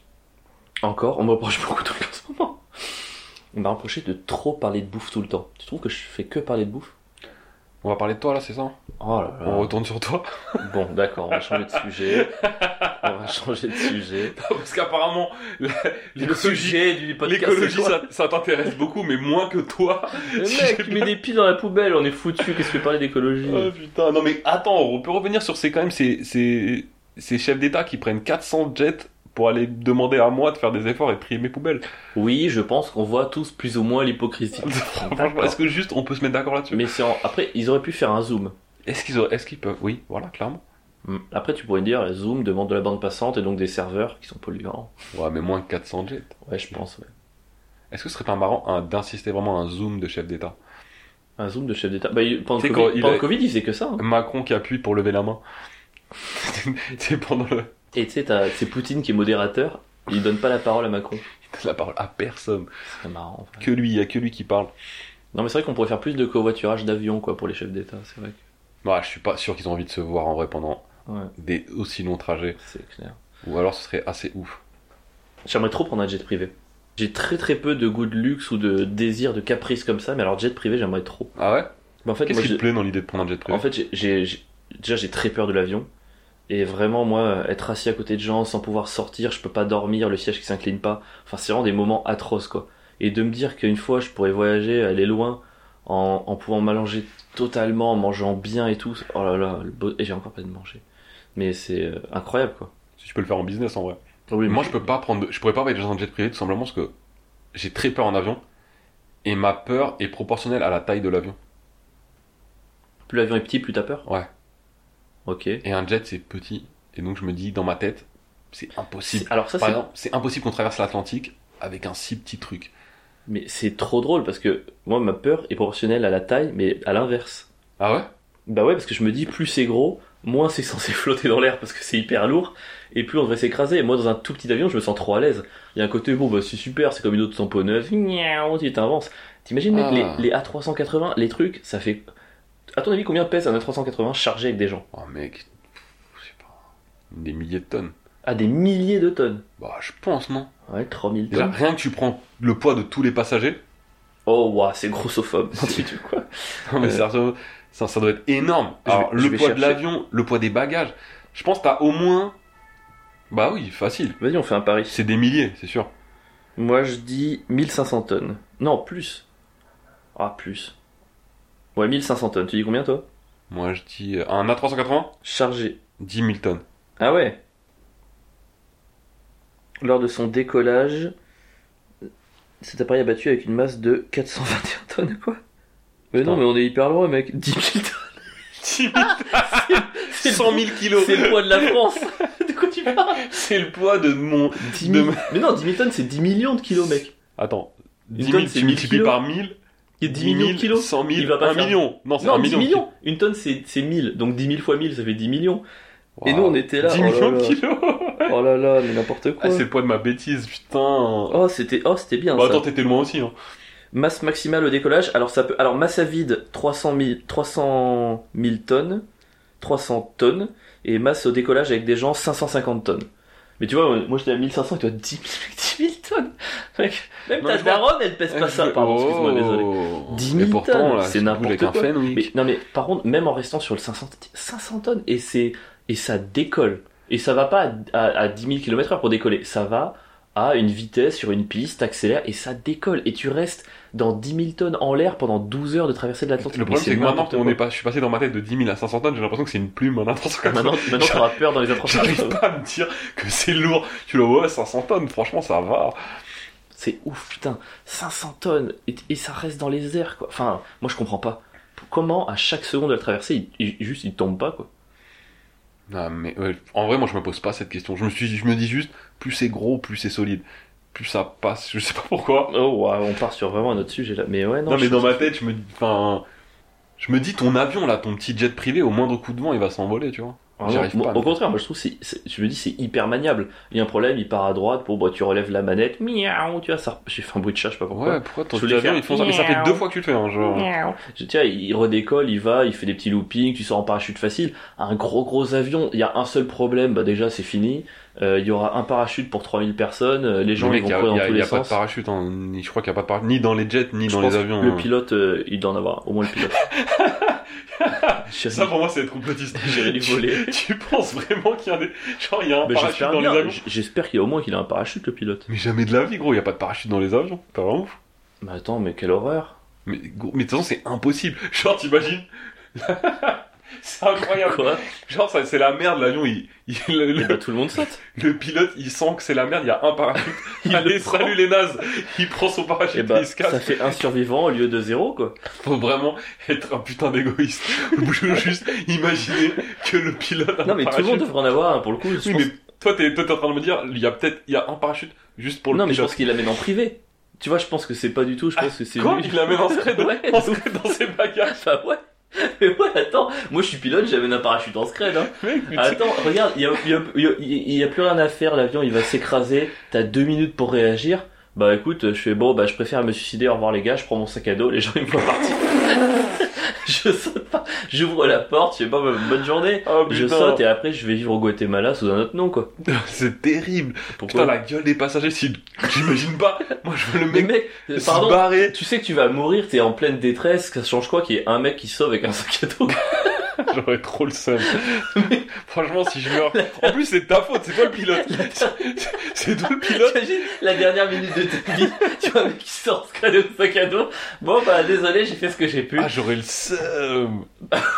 Encore, on me reproche beaucoup de trucs en ce moment. On m'a reproché de trop parler de bouffe tout le temps. Tu trouves que je fais que parler de bouffe
On va parler de toi, là, c'est ça
Oh là
On retourne sur toi.
Bon, d'accord, on va changer de sujet. on va changer de sujet.
Parce qu'apparemment, la-
Le
l'écologie,
sujet du podcast. c'est
l'écologie,
quoi
ça, ça t'intéresse beaucoup, mais moins que toi.
Le
Si
mec,
j'ai
tu mets des piles dans la poubelle, on est foutu. Qu'est-ce que tu parlais d'écologie
Oh putain, non mais attends, on peut revenir sur ces quand même ces, ces, ces chefs d'État qui prennent 400 jets pour aller demander à moi de faire des efforts et de trier mes poubelles.
Oui, je pense qu'on voit tous plus ou moins l'hypocrisie.
Franchement,
D'accord.
est-ce que juste on peut se mettre d'accord là-dessus
Mais c'est en- après, ils auraient pu faire un zoom.
Est-ce qu'ils auraient- est-ce qu'ils peuvent Oui, voilà, clairement.
Hmm. Après, tu pourrais dire, zoom demande de la bande passante et donc des serveurs qui sont polluants.
Ouais, mais moins que 400 jets.
Ouais, je pense. ouais.
Est-ce que ce serait pas marrant hein, d'insister vraiment à un zoom de chef d'État
Un zoom de chef d'État. Bah, il- pendant
Tu
le
sais,
Covid,
quand il
pendant
a-
le Covid, il faisait que ça. hein.
Macron qui appuie pour lever la main. C'est pendant le
Et tu sais, t'as- c'est Poutine qui est modérateur. Il donne pas la parole à Macron.
La parole à personne.
C'est marrant. en vrai.
Que lui, il y a que lui qui parle.
Non, mais c'est vrai qu'on pourrait faire plus de covoiturage d'avions, quoi, pour les chefs d'État. C'est vrai. que-
Bah, je suis pas sûr qu'ils ont envie de se voir en vrai pendant
Ouais,
des aussi longs trajets.
c'est clair.
Ou alors ce serait assez ouf.
J'aimerais trop prendre un jet privé. J'ai très très peu de goût de luxe ou de désir, de caprice comme ça, mais alors jet privé, j'aimerais trop.
Ah ouais
Mais en fait,
Qu'est-ce
moi,
qui
j'ai-
te plaît dans l'idée de prendre un jet privé
En fait, j'ai- j'ai j'ai- déjà j'ai très peur de l'avion et vraiment moi être assis à côté de gens sans pouvoir sortir, je peux pas dormir, le siège qui s'incline pas. Enfin, c'est vraiment des moments atroces quoi. Et de me dire qu'une fois je pourrais voyager, aller loin en, en pouvant m'allonger totalement, en mangeant bien et tout. Oh là là, le beau- et j'ai encore pas de manger. Mais c'est euh, incroyable quoi.
Si tu peux le faire en business en vrai.
Oui,
Moi, je peux pas prendre. de- Je pourrais pas voyager dans un jet privé tout simplement parce que j'ai très peur en avion. Et ma peur est proportionnelle à la taille de l'avion.
plus l'avion est petit, plus t'as peur.
Ouais.
Ok.
Et un jet, c'est petit. Et donc, je me dis dans ma tête, c'est impossible.
C'est- Alors ça
Par
c'est
exemple, c'est impossible qu'on traverse l'Atlantique avec un si petit truc.
mais c'est trop drôle parce que moi ma peur est proportionnelle à la taille mais à l'inverse.
Ah ouais
Bah ouais, parce que je me dis, plus c'est gros, moins c'est censé flotter dans l'air parce que c'est hyper lourd, et plus on devrait s'écraser. Et moi, dans un tout petit avion, je me sens trop à l'aise. Il y a un côté, bon, bah c'est super, c'est comme une autre tamponneuse, miaou, tu t'avances. T'imagines, mec,
Ah.
les, les A380, les trucs, ça fait. À ton avis, combien pèse un A380 chargé avec des gens
Oh mec, je sais pas. Des milliers de tonnes.
À Ah, des milliers de tonnes.
Bah, je pense, non
Ouais, 3000
Déjà,
tonnes.
rien que tu prends le poids de tous les passagers,
Oh, waouh, c'est grossophobe.
C'est-
Tu- quoi
non, mais
Euh.
sérieux, ça, ça doit être énorme.
Je vais-
Alors,
je
le
vais
poids de
chercher.
l'avion, le poids des bagages, je pense que t'as au moins. Bah oui, facile.
Vas-y, on fait un pari.
C'est des milliers, c'est sûr.
Moi, je dis 1500 tonnes. Non, plus. Ah, plus. Ouais, 1500 tonnes. Tu dis combien, toi
Moi, je dis. euh, Un A380,
Chargé.
10 000 tonnes.
Ah ouais Lors de son décollage, cet appareil a battu avec une masse de 421 tonnes, quoi Mais non,
Putain.
mais on est hyper loin, mec 10 000 tonnes
100
C'est le-
000 kilos
C'est le poids de la France De quoi tu parles
C'est le poids de mon.
10 000 Mais non, 10 000 tonnes, c'est 10 millions de kilos, mec
Attends,
Une
10
tonne,
000,
c'est 1000
tu multiplies
kilos.
par 1000.
Il y a 10 millions de kilos
100 000,
Il va pas
1
faire-
million. Non, c'est
Non,
1
10
million.
millions Une tonne, c'est c'est 1000, donc 10 000 fois 1000, ça fait 10 millions Et nous, on était là,
10
oh là
millions de
là.
kilos.
Oh là là, mais n'importe quoi
Ah, c'est le poids de ma bêtise, putain.
Oh, c'était oh, c'était bien,
Bah
ça
attends, t'étais loin aussi. Hein.
Masse maximale au décollage, alors ça peut, alors masse à vide 300 000, 300 000 tonnes, 300 tonnes, et masse au décollage avec des gens 550 tonnes. Mais tu vois, moi j'étais à 1500 et toi 10 000, 10 000 tonnes Mec, Même
Non,
ta
mais je vois-
daronne elle pèse pas ça, pardon, excuse-moi, désolé. 10 000
Oh. Et pourtant,
tonnes,
là,
c'est
je bouge
n'importe
avec un
quoi.
Fenwick.
Mais, non mais par contre, même en restant sur le 500, 500 tonnes, et c'est, et ça décolle. Et ça va pas à, à- à 10 000 km heure pour décoller, ça va à une vitesse sur une piste, accélère, et ça décolle. Et tu restes dans 10 000 tonnes en l'air pendant 12 heures de traversée de l'Atlantique.
Le
Mais
problème, c'est que maintenant,
n'importe
on
quoi. Ah,
est pas, je suis passé dans ma tête de 10 000 à 500 tonnes, j'ai l'impression que c'est une plume, un
Maintenant,
380.
maintenant t'auras peur dans les
J'arrive
attractions.
pas à me dire que c'est lourd. Tu le vois, 500 tonnes, franchement, ça va.
C'est ouf, putain. 500 tonnes, et, et ça reste dans les airs, quoi. Enfin, moi je comprends pas. Comment à chaque seconde de la traversée, il, il- juste il tombe pas, quoi.
Non, mais ouais, en vrai, moi, je me pose pas cette question. Je me suis, je me dis juste, plus c'est gros, plus c'est solide, plus ça passe. Je sais pas pourquoi.
Oh, waouh, on part sur vraiment un autre sujet là. Mais ouais, non.
Non, mais
je-
dans ma tête, je me, dis- enfin, je me dis, ton avion là, ton petit jet privé, au moindre coup de vent, il va s'envoler, tu vois.
Vraiment,
J'y arrive
moi,
pas,
au
mais-
contraire, moi je trouve, c'est, c'est- je me dis, c'est hyper maniable. Il y a un problème, il part à droite, bon, bah, tu relèves la manette, miaou, tu vois, ça, j'ai fait un bruit de chat, je sais pas pourquoi.
Ouais, pourquoi ton
Je
petit
voulais
avion,
faire
ils font ça. Mais ça fait
miaou.
deux fois que tu le fais, hein, genre.
Je, tiens, il redécolle, il va, il fait des petits loopings, tu sors en parachute facile. Un gros gros avion, il y a un seul problème, bah, déjà, c'est fini. Euh, il y aura un parachute pour 3000 personnes, euh, les gens,
Mais
ils vont
mec, y a-
courir
y
dans
a-
tous
y
les
a pas de
sens.
parachute, hein, ni- je crois qu'il n'y a pas de parachute, ni dans les jets, ni
Je
dans
pense
les
que
avions.
Le
hein.
pilote, euh, il doit en avoir, au moins le pilote. Chérie,
Ça, pour moi, c'est être complotiste.
J'irai lui
Tu-
voler.
Tu penses vraiment qu'il y a des. Genre, il y a un
bah,
parachute
j'espère
dans
bien.
les avions
J- J'espère qu'il a au moins qu'il a un parachute, le pilote.
Mais jamais de la vie, gros, il n'y a pas de parachute dans les avions. T'es vraiment ouf.
Mais attends, mais quelle horreur.
Mais, gros, mais de toute façon, c'est impossible. Genre, t'imagines C'est incroyable.
Quoi
Genre, ça, c'est la merde, l'avion. Il, il- le,
Et
le-
bah, tout le monde saute.
le pilote, il sent que c'est la merde, il y a un parachute.
Il
Allez,
le prend.
salut les nazes Il prend son parachute
Et
et,
bah,
il se casse.
ça fait un survivant au lieu de zéro, quoi.
Faut vraiment être un putain d'égoïste. Je veux juste imaginer que le pilote. a un
Non, mais tout le
parachute.
monde devrait en avoir un pour le coup. je
Oui,
pense.
mais toi, t'es toi, t'es en train de me dire, il y a peut-être il y a un parachute juste pour le
Non, mais je
pilote. Ah,
pense qu'il l'amène en privé. Tu vois, je pense que c'est pas du tout, je pense que c'est
Quoi
lui.
Il l'amène en secret dans,
Ouais,
en
donc-
secret dans ses bagages.
Bah ouais. Mais ouais, attends, moi je suis pilote, j'avais un parachute en scred. Hein.
Mec, mais tu-
Attends, regarde, il y a, il y a- il y a- il y a plus rien à faire, l'avion il va s'écraser, t'as deux minutes pour réagir. Bah écoute, je fais bon, bah je préfère me suicider, au revoir les gars, je prends mon sac à dos, les gens ils me voient partir. je saute pas, j'ouvre la porte, je fais bon, bah, bonne journée.
Oh,
Je
putain.
saute et après je vais vivre au Guatemala sous un autre nom quoi.
C'est terrible.
Pourquoi
Putain, la gueule des passagers, si... j'imagine pas. Moi, je veux le
Mais
mec
mec,
se
pardon,
barrer.
tu sais que tu vas mourir, t'es en pleine détresse, ça change quoi qu'il y ait un mec qui sauve avec un sac à dos
J'aurais trop le seum. Franchement, si je meurs. En plus, c'est ta faute, c'est toi le pilote. C'est- C'est toi le pilote.
T'imagines la dernière minute de ta vie, tu vois, un mec qui sort ce cadeau de sac à dos. Bon, bah, désolé, j'ai fait ce que j'ai pu.
Ah, j'aurais le seum.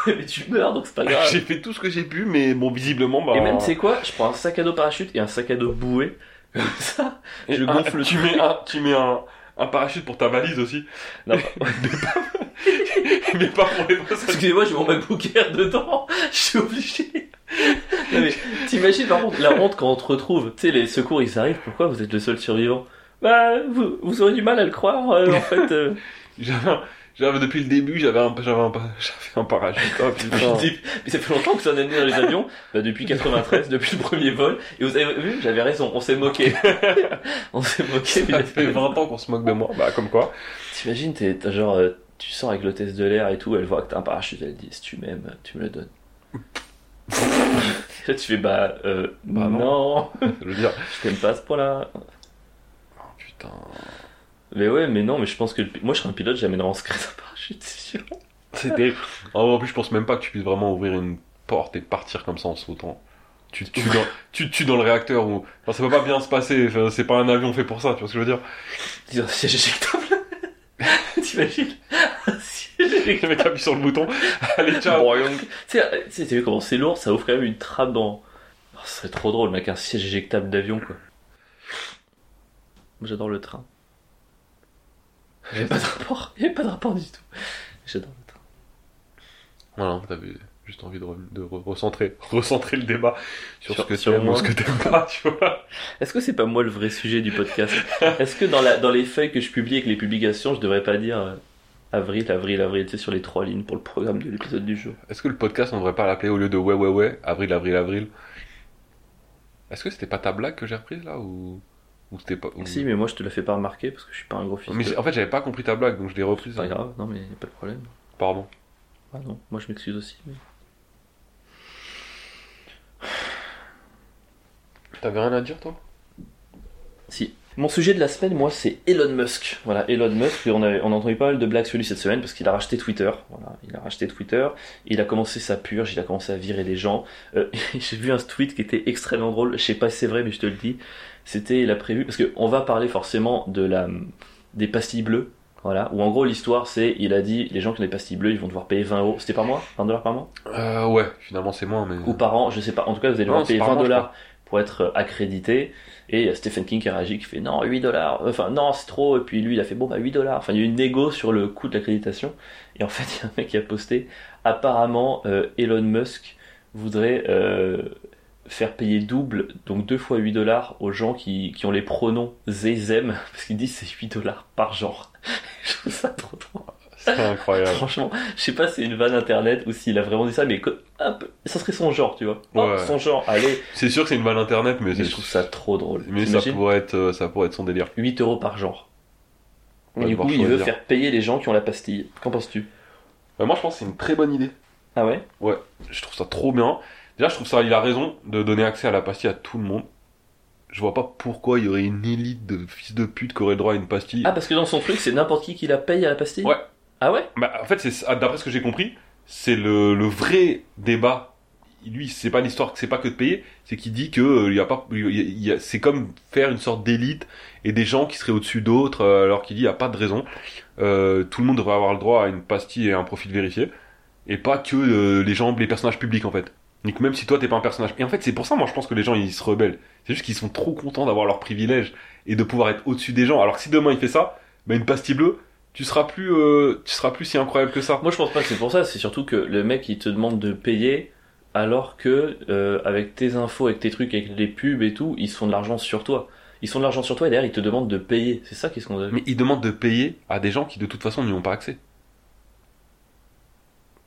mais tu meurs, donc c'est pas grave.
J'ai fait tout ce que j'ai pu, mais bon, visiblement, bah.
Ah, Et même, tu sais quoi Je prends un sac à dos parachute et un sac à dos boué. Comme ça.
Et
je
un-
gonfle le
Tu mets un, tu mets un, un parachute pour ta valise aussi.
Non.
mais pas, mais pas pour les passagers.
Excusez-moi, j'ai mon MacBook Air dedans. Je suis obligé. Non, mais t'imagines, par contre, la honte quand on te retrouve. Tu sais, les secours, ils arrivent. Pourquoi vous êtes le seul survivant Bah, vous, vous aurez du mal à le croire, euh, en fait. euh.
J'avais, un- j'avais depuis le début, j'avais un, j'avais un, pa- j'avais un parachute. Oh, putain.
Depuis le début. Mais ça fait longtemps que ça en est venu dans les avions, bah, depuis 93, depuis le premier vol. Et vous avez vu, j'avais raison, on s'est moqué. on s'est moqué. mais
Ça fait 20 ans qu'on se moque de moi. Bah, comme quoi.
T'imagines, t'es t'as genre, euh, tu sors avec l'hôtesse de l'air et tout, elle voit que t'as un parachute, elle dit si tu m'aimes, tu me le donnes. Là, tu fais bah, euh,
Bah non.
non,
Je veux dire.
je t'aime pas à ce point-là.
Oh, putain.
Mais ouais, mais non, mais je pense que le pi- moi je serais un pilote, j'amènerais en secret un parachute, c'est sûr.
C'est terrible. en plus, je pense même pas que tu puisses vraiment ouvrir une porte et partir comme ça en sautant. Tu te tues dans, tu te tues dans le réacteur ou. Enfin, ça peut pas bien se passer. Enfin, c'est pas un avion fait pour ça, tu vois ce que je veux dire.
Disons, siège éjectable. T'imagines Un siège éjectable.
Le mec appuie sur le bouton. Allez, ciao.
Boing. Tu sais, euh, tu sais, t'as vu comment c'est lourd, ça ouvre quand même une trappe dans. Oh, ce serait trop drôle, mec, un siège éjectable d'avion, quoi. Moi, J'adore le train. Il n'y a pas de rapport, il y a pas de rapport du tout. J'adore le train.
Voilà, t'avais juste envie de, re- de re- recentrer, recentrer le débat sur,
Sur-
ce que
sur
t'aimes ou
moi.
ce que t'aimes pas, tu vois.
Est-ce que c'est pas moi le vrai sujet du podcast Est-ce que dans, la, dans les feuilles que je publie avec les publications, je devrais pas dire euh, avril, avril, avril, tu sais, sur les trois lignes pour le programme de l'épisode du jour
Est-ce que le podcast, on devrait pas l'appeler au lieu de ouais, ouais, ouais, avril, avril, avril Est-ce que c'était pas ta blague que j'ai reprise là ou, ou c'était pas. ou- Oh,
Si, mais moi je te la fais pas remarquer parce que je suis pas un gros fils.
Mais
de-
j'ai- en fait, j'avais pas compris ta blague donc je l'ai reprise.
C'est pas grave, non, mais y a pas de problème.
Pardon.
Ah non, moi je m'excuse aussi. mais-
T'avais rien à dire toi
Si. Mon sujet de la semaine, moi, c'est Elon Musk. Voilà, Elon Musk, on a, on a entendu pas mal de blagues sur lui cette semaine parce qu'il a racheté Twitter. Voilà, il a racheté Twitter, il a commencé sa purge, il a commencé à virer des gens. Euh, J'ai vu un tweet qui était extrêmement drôle, je sais pas si c'est vrai, mais je te le dis. C'était, il a prévu, parce qu'on va parler forcément de la, des pastilles bleues. Voilà, où en gros l'histoire c'est, il a dit, les gens qui ont des pastilles bleues, ils vont devoir payer 20 euros. C'était par mois 20 dollars par mois
Euh, ouais, finalement c'est moi, mais.
ou par an, je sais pas. En tout cas, vous allez devoir
Non, c'est
payer
par
20
an, je
dollars pour être euh, accrédité. Et il y a Stephen King qui a réagi, qui fait non, 8 dollars, enfin non, c'est trop. Et puis lui, il a fait bon, bah 8 dollars. Enfin, il y a eu une négo sur le coût de l'accréditation. Et en fait, il y a un mec qui a posté apparemment euh, Elon Musk voudrait euh, faire payer double, donc deux fois 8 dollars aux gens qui, qui ont les pronoms zézem, parce qu'il dit c'est 8 dollars par genre. Je trouve ça trop drôle.
C'est incroyable.
Franchement, je sais pas si c'est une vanne internet ou s'il a vraiment dit ça, mais que- un peu- ça serait son genre, tu vois. Oh,
Ouais.
Son genre, allez.
c'est sûr que c'est une vanne internet, mais,
Mais
c'est-
je trouve ça trop drôle.
Mais ça
T'imagines
pourrait être, euh, ça pourrait être son délire.
8 euros par genre.
Ouais,
Et du
devoir
coup, il veut
choisir.
faire payer les gens qui ont la pastille. Qu'en penses-tu
Bah, moi, je pense que c'est une très bonne idée.
Ah ouais
je trouve ça trop bien. Déjà, je trouve ça, il a raison de donner accès à la pastille à tout le monde. Je vois pas pourquoi il y aurait une élite de fils de pute qui aurait le droit à une pastille.
Ah, parce que dans son truc, c'est n'importe qui qui la paye à la pastille
Ouais.
Ah ouais
Bah, en fait, c'est ça, d'après ce que j'ai compris, c'est le, le vrai débat. Lui, c'est pas l'histoire, c'est pas que de payer, c'est qu'il dit que euh, il y a pas, il y a- il y a- c'est comme faire une sorte d'élite et des gens qui seraient au-dessus d'autres, euh, alors qu'il dit il y a pas de raison. Euh, tout le monde devrait avoir le droit à une pastille et à un profil vérifié, et pas que euh, les gens, les personnages publics en fait. Donc même si toi t'es pas un personnage, et en fait c'est pour ça moi je pense que les gens ils se rebellent. C'est juste qu'ils sont trop contents d'avoir leurs privilèges et de pouvoir être au-dessus des gens. Alors que si demain il fait ça, bah une pastille bleue, tu seras plus, euh, tu seras plus si incroyable que ça.
Moi, je pense pas que c'est pour ça. C'est surtout que le mec, il te demande de payer alors que, euh, avec tes infos, avec tes trucs, avec les pubs et tout, ils se font de l'argent sur toi. Ils se font de l'argent sur toi et derrière, ils te demandent de payer. C'est ça qui est
Euh,
scandaleux.
Mais ils demandent de payer à des gens qui de toute façon n'y ont pas accès.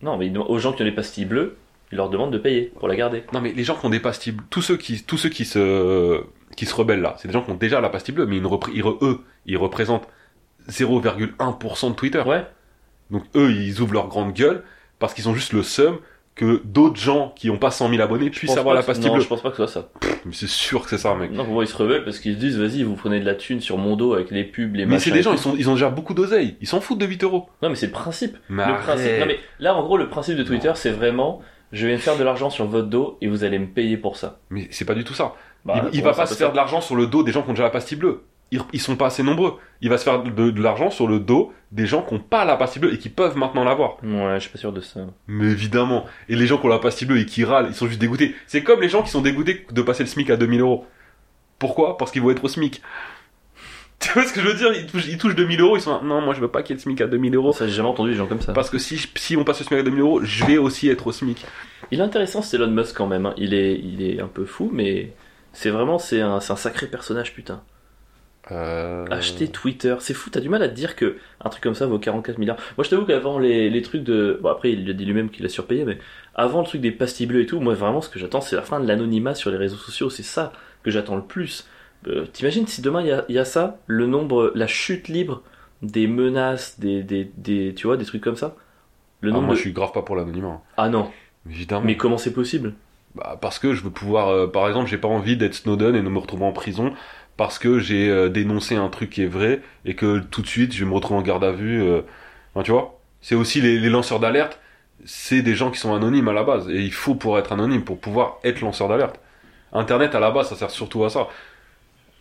Non, mais il demande aux gens qui ont des pastilles bleues, il leur demande de payer pour la garder.
Non, mais les gens qui ont des pastilles, bleues, tous ceux qui, tous ceux qui se, qui se rebellent là, c'est des gens qui ont déjà la pastille bleue, mais ils ne repré- ils re- eux, ils représentent 0,1% de Twitter.
Ouais.
Donc eux, ils ouvrent leur grande gueule parce qu'ils ont juste le seum que d'autres gens qui n'ont pas 100 000 abonnés
Je
puissent
pense
avoir
pas
la
que-
pastille
non,
bleue.
je pense pas que ce soit ça.
Mais c'est sûr que c'est ça, mec.
Non, pour moi, ils se rebellent parce qu'ils se disent, vas-y, vous prenez de la thune sur mon dos avec les pubs, les
mais
machins
c'est
et
des gens,
tout.
ils, sont, ils ont déjà beaucoup d'oseille. Ils s'en foutent de 8 euros.
Non, mais c'est le principe.
Mais
le principe.
arrête.
Non, mais là, en gros, le principe de Twitter, c'est vraiment, je vais me faire de l'argent sur votre dos et vous allez me payer pour ça.
Mais c'est pas du tout ça.
Bah,
il, il
pour moi,
va pas
c'est
se
un peu
faire
ça.
de l'argent sur le dos des gens qui ont déjà la pastille bleue. Ils, ils sont pas assez nombreux. Il va se faire de, de l'argent sur le dos des gens qui ont pas la pastille bleue et qui peuvent maintenant l'avoir.
Ouais, je suis pas sûr de ça.
Mais évidemment. Et les gens qui ont la pastille bleue et qui râlent, ils sont juste dégoûtés. C'est comme les gens qui sont dégoûtés de passer le SMIC à 2000 euros. Pourquoi Parce qu'ils vont être au SMIC. Tu vois ce que je veux dire ils touchent, ils touchent 2000 euros, ils sont là, non, moi je veux pas qu'il y ait le SMIC à 2000 euros.
Ça, j'ai jamais entendu des gens comme ça.
Parce que si, je- si on passe le SMIC à 2000 euros, je vais aussi être au SMIC.
Il est intéressant, c'est Elon Musk quand même. hein. Il est, il est un peu fou, mais c'est vraiment, c'est un, c'est un sacré personnage, putain.
Euh...
Acheter Twitter, c'est fou. T'as du mal à te dire que un truc comme ça vaut 44 milliards. Moi, je t'avoue qu'avant les, les trucs de, bon après, il le dit lui-même qu'il a surpayé, mais avant le truc des pastilles bleues et tout, moi vraiment, ce que j'attends, c'est la fin de l'anonymat sur les réseaux sociaux. C'est ça que j'attends le plus. Euh, T'imagines si demain il y a, il y a ça, le nombre, la chute libre des menaces, des, des, des tu vois, des trucs comme ça. Le
Ah,
nombre
moi
de...
je suis grave pas pour l'anonymat. hein.
ah non,
Évidemment.
mais comment c'est possible
Bah, parce que je veux pouvoir, euh, par exemple, j'ai pas envie d'être Snowden et de me retrouver en prison parce que j'ai euh, dénoncé un truc qui est vrai et que tout de suite je vais me retrouve en garde à vue. euh. Enfin, tu vois C'est aussi les, les lanceurs d'alerte, c'est des gens qui sont anonymes à la base et il faut pour être anonyme, pour pouvoir être lanceur d'alerte. Internet à la base, ça sert surtout à ça.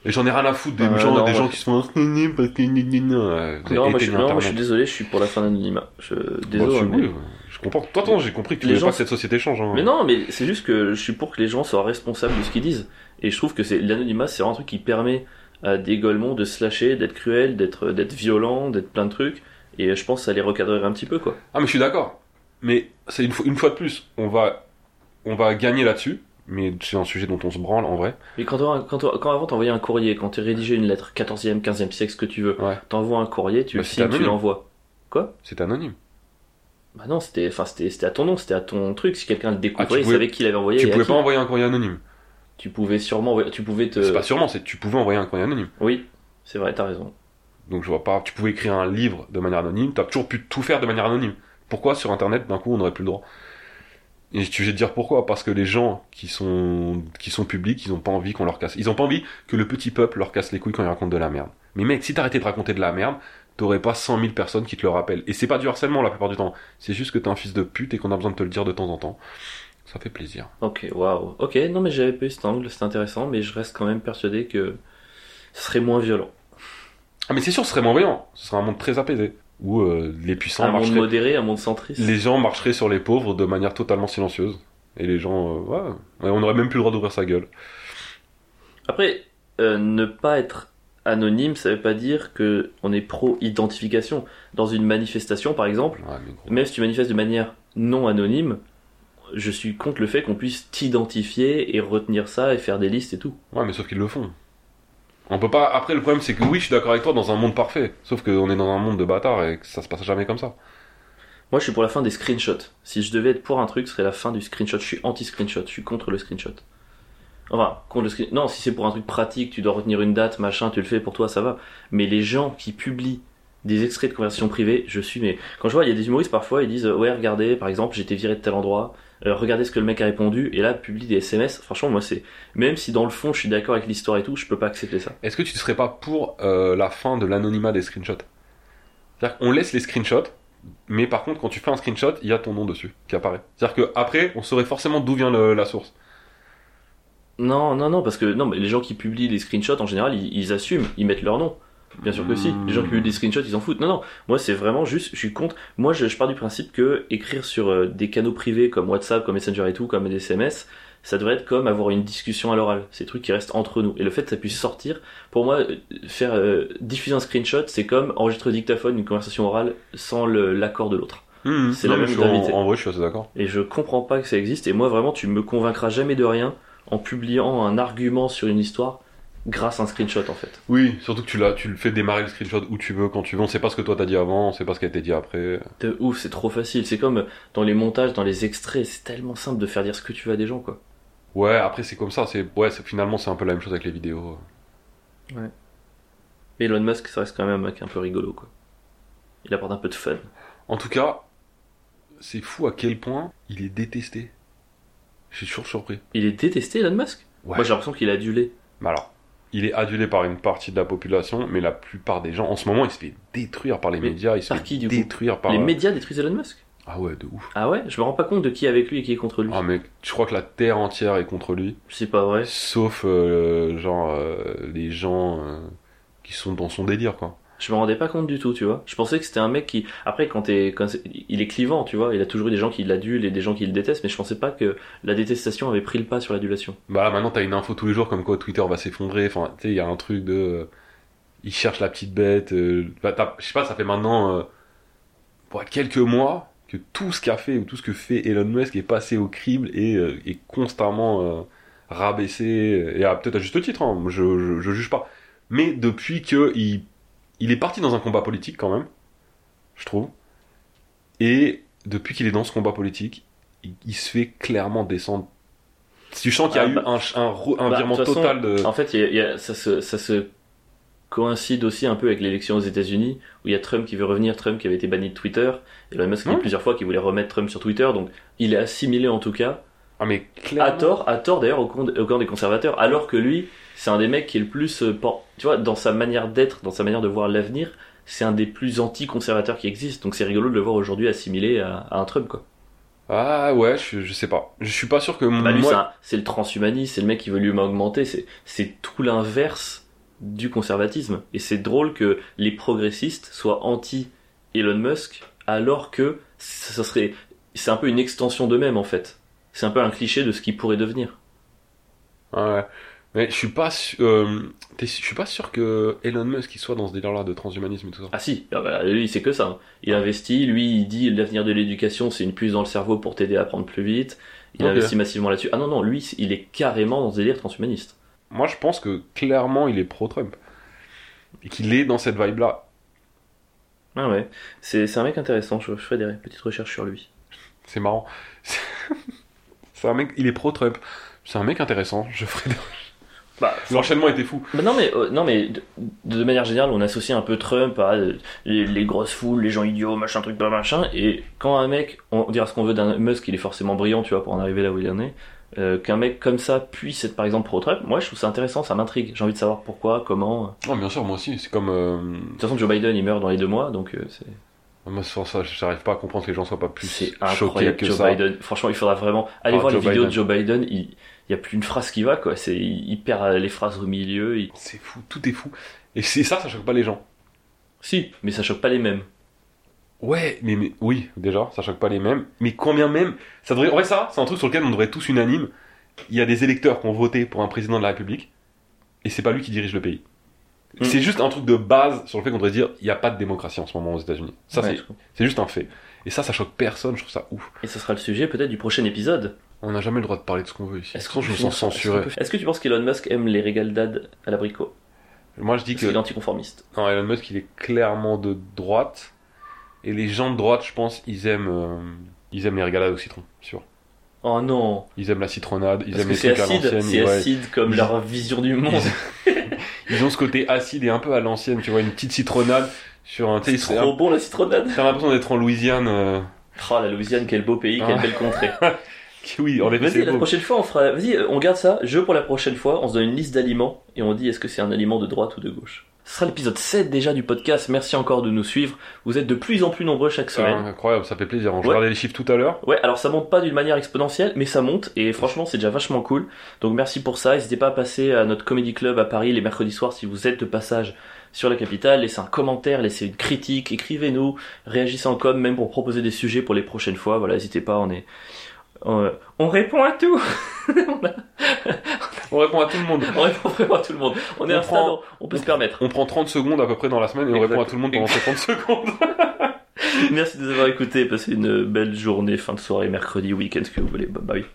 Et j'en ai rien à foutre des
Ah,
gens,
non, moi,
des gens qui se font anonymes parce que. Ouais, vous avez
Non, moi je, non,
éteignez
moi, je suis
Internet.
désolé, je suis pour la fin d'anonymat. Je...
Moi,
Désolé.
je suis-
mais...
oui, je comprends. Toi, attends, j'ai compris que tu
Les
voulais
gens-
pas que cette société change. hein.
mais non, mais c'est juste que je suis pour que les gens soient responsables de ce qu'ils disent. Et je trouve que c'est l'anonymat, c'est vraiment un truc qui permet à des golemons de se lâcher, d'être cruel, d'être d'être violent, d'être plein de trucs. Et je pense que ça les recadrerait un petit peu, quoi.
Ah mais je suis d'accord. Mais c'est une fois, une fois de plus, on va, on va gagner là-dessus. Mais c'est un sujet dont on se branle en vrai.
Mais quand, t'auras- quand, t'auras- quand avant t'envoyais un courrier, quand tu rédigeais une lettre, 14e, 15e siècle, ce que tu veux,
Ouais.
t'envoies un courrier, tu
Bah,
le
c'est
signes, tu
anonyme.
l'envoies.
C'est anonyme.
Bah non, c'était enfin, c'était c'était à ton nom, c'était à ton truc. Si quelqu'un le découvrait, il
Ah, pouvais-
savait qui l'avait envoyé.
tu
et à
pouvais
qui. Euh.
pas envoyer un courrier anonyme.
Tu pouvais sûrement. envoyer- Tu pouvais te.
C'est pas sûrement, c'est que tu pouvais envoyer un courrier anonyme.
Oui, c'est vrai, t'as raison.
Donc je vois pas. Tu pouvais écrire un livre de manière anonyme. T'as toujours pu tout faire de manière anonyme. Pourquoi sur Internet d'un coup on n'aurait plus le droit Et tu vais te dire pourquoi Parce que les gens qui sont qui sont publics, ils ont pas envie qu'on leur casse. Ils ont pas envie que le petit peuple leur casse les couilles quand ils racontent de la merde. Mais mec, si t'arrêtais de raconter de la merde, t'aurais pas 100 000 personnes qui te le rappellent. Et c'est pas du harcèlement la plupart du temps. C'est juste que t'es un fils de pute et qu'on a besoin de te le dire de temps en temps. Ça fait plaisir.
Ok, waouh. Ok, non mais j'avais pas eu cet angle, c'est intéressant, mais je reste quand même persuadé que ce serait moins violent.
Ah mais c'est sûr, ce serait moins voyant. Ce serait un monde très apaisé où euh, les puissants
un monde
marcheraient
modéré, un monde centriste.
les gens marcheraient sur les pauvres de manière totalement silencieuse. Et les gens, euh, ouais, Ouais, on aurait même plus le droit d'ouvrir sa gueule.
Après, euh, ne pas être anonyme, ça veut pas dire que on est pro-identification. Dans une manifestation, par exemple,
Ouais, mais gros.
même si tu manifestes de manière non anonyme, je suis contre le fait qu'on puisse t'identifier et retenir ça et faire des listes et tout.
Ouais, mais sauf qu'ils le font. On peut pas. Après, le problème, c'est que oui, je suis d'accord avec toi dans un monde parfait. Sauf qu'on est dans un monde de bâtards et que ça se passe jamais comme ça.
Moi, je suis pour la fin des screenshots. Si je devais être pour un truc, ce serait la fin du screenshot. Je suis anti-screenshot. Je suis contre le screenshot. Enfin, contre le screen... Non, si c'est pour un truc pratique, tu dois retenir une date, machin, tu le fais pour toi, ça va. Mais les gens qui publient des extraits de conversations privées, je suis mais quand je vois il y a des humoristes parfois ils disent euh, ouais regardez par exemple j'étais viré de tel endroit euh, regardez ce que le mec a répondu et là publie des SMS franchement moi c'est même si dans le fond je suis d'accord avec l'histoire et tout je peux pas accepter ça
Est-ce que tu serais pas pour euh, la fin de l'anonymat des screenshots C'est-à-dire qu'on laisse les screenshots, mais par contre, quand tu fais un screenshot, il y a ton nom dessus qui apparaît. C'est-à-dire qu'après, on saurait forcément d'où vient le- la source.
non non non parce que non mais les gens qui publient des screenshots en général ils- ils assument ils mettent leur nom Bien sûr que si. Les gens qui publient des screenshots, ils s'en foutent. Non, non. Moi, c'est vraiment juste, je suis contre. Moi, je, je pars du principe que écrire sur euh, des canaux privés comme WhatsApp, comme Messenger et tout, comme des SMS, ça devrait être comme avoir une discussion à l'oral. Ces trucs qui restent entre nous. Et le fait que ça puisse sortir, pour moi, euh, faire euh, diffuser un screenshot, c'est comme enregistrer au dictaphone une conversation orale sans le- l'accord de l'autre.
Mmh.
C'est
Non,
la
mais
même
je suis en-
gravité.
en vrai, je suis assez d'accord.
Et je comprends pas que ça existe. Et moi, vraiment, tu me convaincras jamais de rien en publiant un argument sur une histoire grâce à un screenshot en fait.
Oui, surtout que tu l'as, tu le fais démarrer le screenshot où tu veux, quand tu veux. On sait pas ce que toi t'as dit avant, on sait pas ce qui a été dit après.
De ouf, c'est trop facile. C'est comme dans les montages, dans les extraits, c'est tellement simple de faire dire ce que tu veux à des gens quoi.
Ouais, après c'est comme ça. C'est ouais, c'est- finalement c'est un peu la même chose avec les vidéos.
Mais Elon Musk, ça reste quand même un mec un peu rigolo quoi. Il apporte un peu de fun.
En tout cas, c'est fou à quel point il est détesté. Je suis toujours surpris.
Il est détesté Elon Musk
Ouais.
Moi j'ai l'impression qu'il est adulé.
Mais alors, il est adulé par une partie de la population, mais la plupart des gens, en ce moment, il se fait détruire par les
Mais
médias, il se
par
fait
qui, du coup
détruire par.
Les médias détruisent Elon Musk
Ah ouais, de ouf.
Ah ouais Je me rends pas compte de qui est avec lui et qui est contre lui.
Ah mec, je crois que la terre entière est contre lui,
C'est pas vrai.
sauf euh, genre euh, les gens euh, qui sont dans son délire quoi.
Je me rendais pas compte du tout, tu vois. Je pensais que c'était un mec qui, après, quand t'es, quand c'est- il est clivant, tu vois. Il a toujours eu des gens qui l'adulent et des gens qui le détestent, mais je pensais pas que la détestation avait pris le pas sur l'adulation.
Bah là, maintenant t'as une info tous les jours comme quoi Twitter va s'effondrer. Enfin, tu sais, il y a un truc de. euh, ils cherchent la petite bête. euh, bah, t'as- je sais pas, ça fait maintenant. euh, ouais, quelques mois que tout ce qu'a fait ou tout ce que fait Elon Musk est passé au crible et euh, est constamment euh, rabaissé. Et à- peut-être à juste titre, hein, je, je, je juge pas. Mais depuis que il, il est parti dans un combat politique quand même, je trouve. Et depuis qu'il est dans ce combat politique, il, il se fait clairement descendre. Tu sens qu'il y a
Ah,
eu
bah-
un, ch- un, re- un
Bah,
virement
de toute façon,
total de.
En fait, il y a- il y a- ça, se, ça se coïncide aussi un peu avec l'élection aux États-Unis, où il y a Trump qui veut revenir, Trump qui avait été banni de Twitter. Elon Musk a dit
Ouais.
plusieurs fois qu'il voulait remettre Trump sur Twitter, donc il est assimilé en tout cas
Ah, mais
à
clairement.
tort, à tort d'ailleurs au, con- au camp des conservateurs, alors que lui, c'est un des mecs qui est le plus, euh, por- tu vois, dans sa manière d'être, dans sa manière de voir l'avenir, c'est un des plus anti-conservateurs qui existe. Donc c'est rigolo de le voir aujourd'hui assimilé à, à un Trump, quoi.
Ah ouais, je, je sais pas. Je suis pas sûr que
Bah lui,
moi-
c'est un- c'est le transhumaniste, c'est le mec qui veut l'humain augmenter, c'est- c'est tout l'inverse du conservatisme. Et c'est drôle que les progressistes soient anti-Elon Musk, alors que ça, ça serait, c'est un peu une extension d'eux-mêmes, en fait. C'est un peu un cliché de ce qu'ils pourraient devenir.
ah Ouais. Mais je suis pas sûr, euh, t'es- je suis pas sûr que Elon Musk il soit dans ce délire-là de transhumanisme et tout ça.
Ah si, ah bah, lui c'est que ça. hein. Il investit, lui il dit l'avenir de l'éducation c'est une puce dans le cerveau pour t'aider à apprendre plus vite. Il
Ok.
investit massivement là-dessus. Ah non non, lui il est carrément dans ce délire transhumaniste.
Moi, je pense que clairement, il est pro-Trump et qu'il est dans cette vibe-là.
Ah ouais, c'est c'est un mec intéressant, je, je ferai des petites recherches sur lui.
C'est marrant. C'est c'est un mec, il est pro-Trump. C'est un mec intéressant. Je ferai. des-
Bah,
L'enchaînement était fou.
bah, non mais, euh, non, mais de, de manière générale on associe un peu Trump à euh, les, les grosses foules, les gens idiots, machin truc, pas machin. Et quand un mec, on dira ce qu'on veut d'un Musk, il est forcément brillant tu vois pour en arriver là où il en est. euh, Qu'un mec comme ça puisse être par exemple pro-Trump, moi je trouve ça intéressant, ça m'intrigue. J'ai envie de savoir pourquoi, comment.
Non, bien sûr, moi aussi. C'est comme. euh,
De toute façon, Joe Biden, il meurt dans les deux mois, donc euh, c'est-
Moi, sans ça, j'arrive pas à comprendre que les gens soient pas plus
c'est
choqués
incroyable.
que
Joe
ça.
Biden, franchement, il faudra vraiment aller
Ah,
voir
Joe
les vidéos
Biden.
de Joe Biden. Il n'y a plus une phrase qui va, quoi. C'est il, il perd euh, les phrases au milieu. il-
C'est fou. Tout est fou. Et c'est ça, ça choque pas les gens.
Si, mais ça choque pas les mêmes.
Ouais, mais, mais- oui, déjà, ça choque pas les mêmes. Mais combien même ça devrait, En vrai, ça, c'est un truc sur lequel on devrait être tous unanimes. Il y a des électeurs qui ont voté pour un président de la République, et c'est pas lui qui dirige le pays.
Mm.
C'est juste un truc de base sur le fait qu'on devrait dire il n'y a pas de démocratie en ce moment aux États-Unis. Ça,
Ouais,
c'est,
je comprends.
c'est juste un fait. Et ça, ça choque personne, je trouve ça ouf.
Et ce sera le sujet peut-être du prochain épisode.
On n'a jamais le droit de parler de ce qu'on veut ici.
qu'on
je me
peut
sens
finir- est-ce
censuré.
qu'on peut- Est-ce que tu penses qu'Elon Musk aime les régaldades à l'abricot
Moi, je dis
Parce qu'il
que
est anticonformiste.
non, Elon Musk, il est clairement de droite. Et les gens de droite, je pense, ils aiment, euh, ils aiment les régalades au citron, sûr.
Oh non
Ils aiment la citronnade, ils
Parce
aiment
que
les
c'est
trucs à
acide,
l'ancienne.
c'est
ouais.
acide comme
Ils-
leur vision du monde.
Ils ont ce côté acide et un peu à l'ancienne, tu vois, une petite citronnade sur un. tu sais,
C'est
ils sont-
trop bon la citronnade.
T'as l'impression d'être en Louisiane. euh,
Oh la Louisiane, quel beau pays, quelle
Ah.
belle contrée.
qui- Oui, en effet,
Vas-y,
c'est
la
beau.
prochaine fois, on fera. Vas-y, euh, on garde ça. Jeu pour la prochaine fois. On se donne une liste d'aliments et on dit est-ce que c'est un aliment de droite ou de gauche. Ce sera l'épisode 7 déjà du podcast. Merci encore de nous suivre. Vous êtes de plus en plus nombreux chaque
C'est
semaine.
incroyable, ça fait plaisir. Je
Ouais.
regardais les chiffres tout à l'heure.
Ouais, alors ça monte pas d'une manière exponentielle, mais ça monte et franchement, c'est déjà vachement cool. Donc merci pour ça. N'hésitez pas à passer à notre comedy club à Paris les mercredis soirs si vous êtes de passage sur la capitale. Laissez un commentaire, laissez une critique, écrivez-nous, réagissez en com, même pour proposer des sujets pour les prochaines fois. Voilà, n'hésitez pas, on est. euh, on répond à tout! On a-
On répond à tout le monde.
On répond vraiment à tout le monde. On est
On
à un stade,
prend-
on- on peut se permettre.
On prend 30 secondes à peu près dans la semaine et on
Exact.
répond à tout le monde pendant ces 30 secondes.
Merci de nous avoir écoutés. Passez une belle journée, fin de soirée, mercredi, week-end, ce que vous voulez. Bye bye.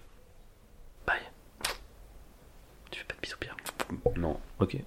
Bye. Tu fais pas de bisous, Pierre.
Non.
Ok.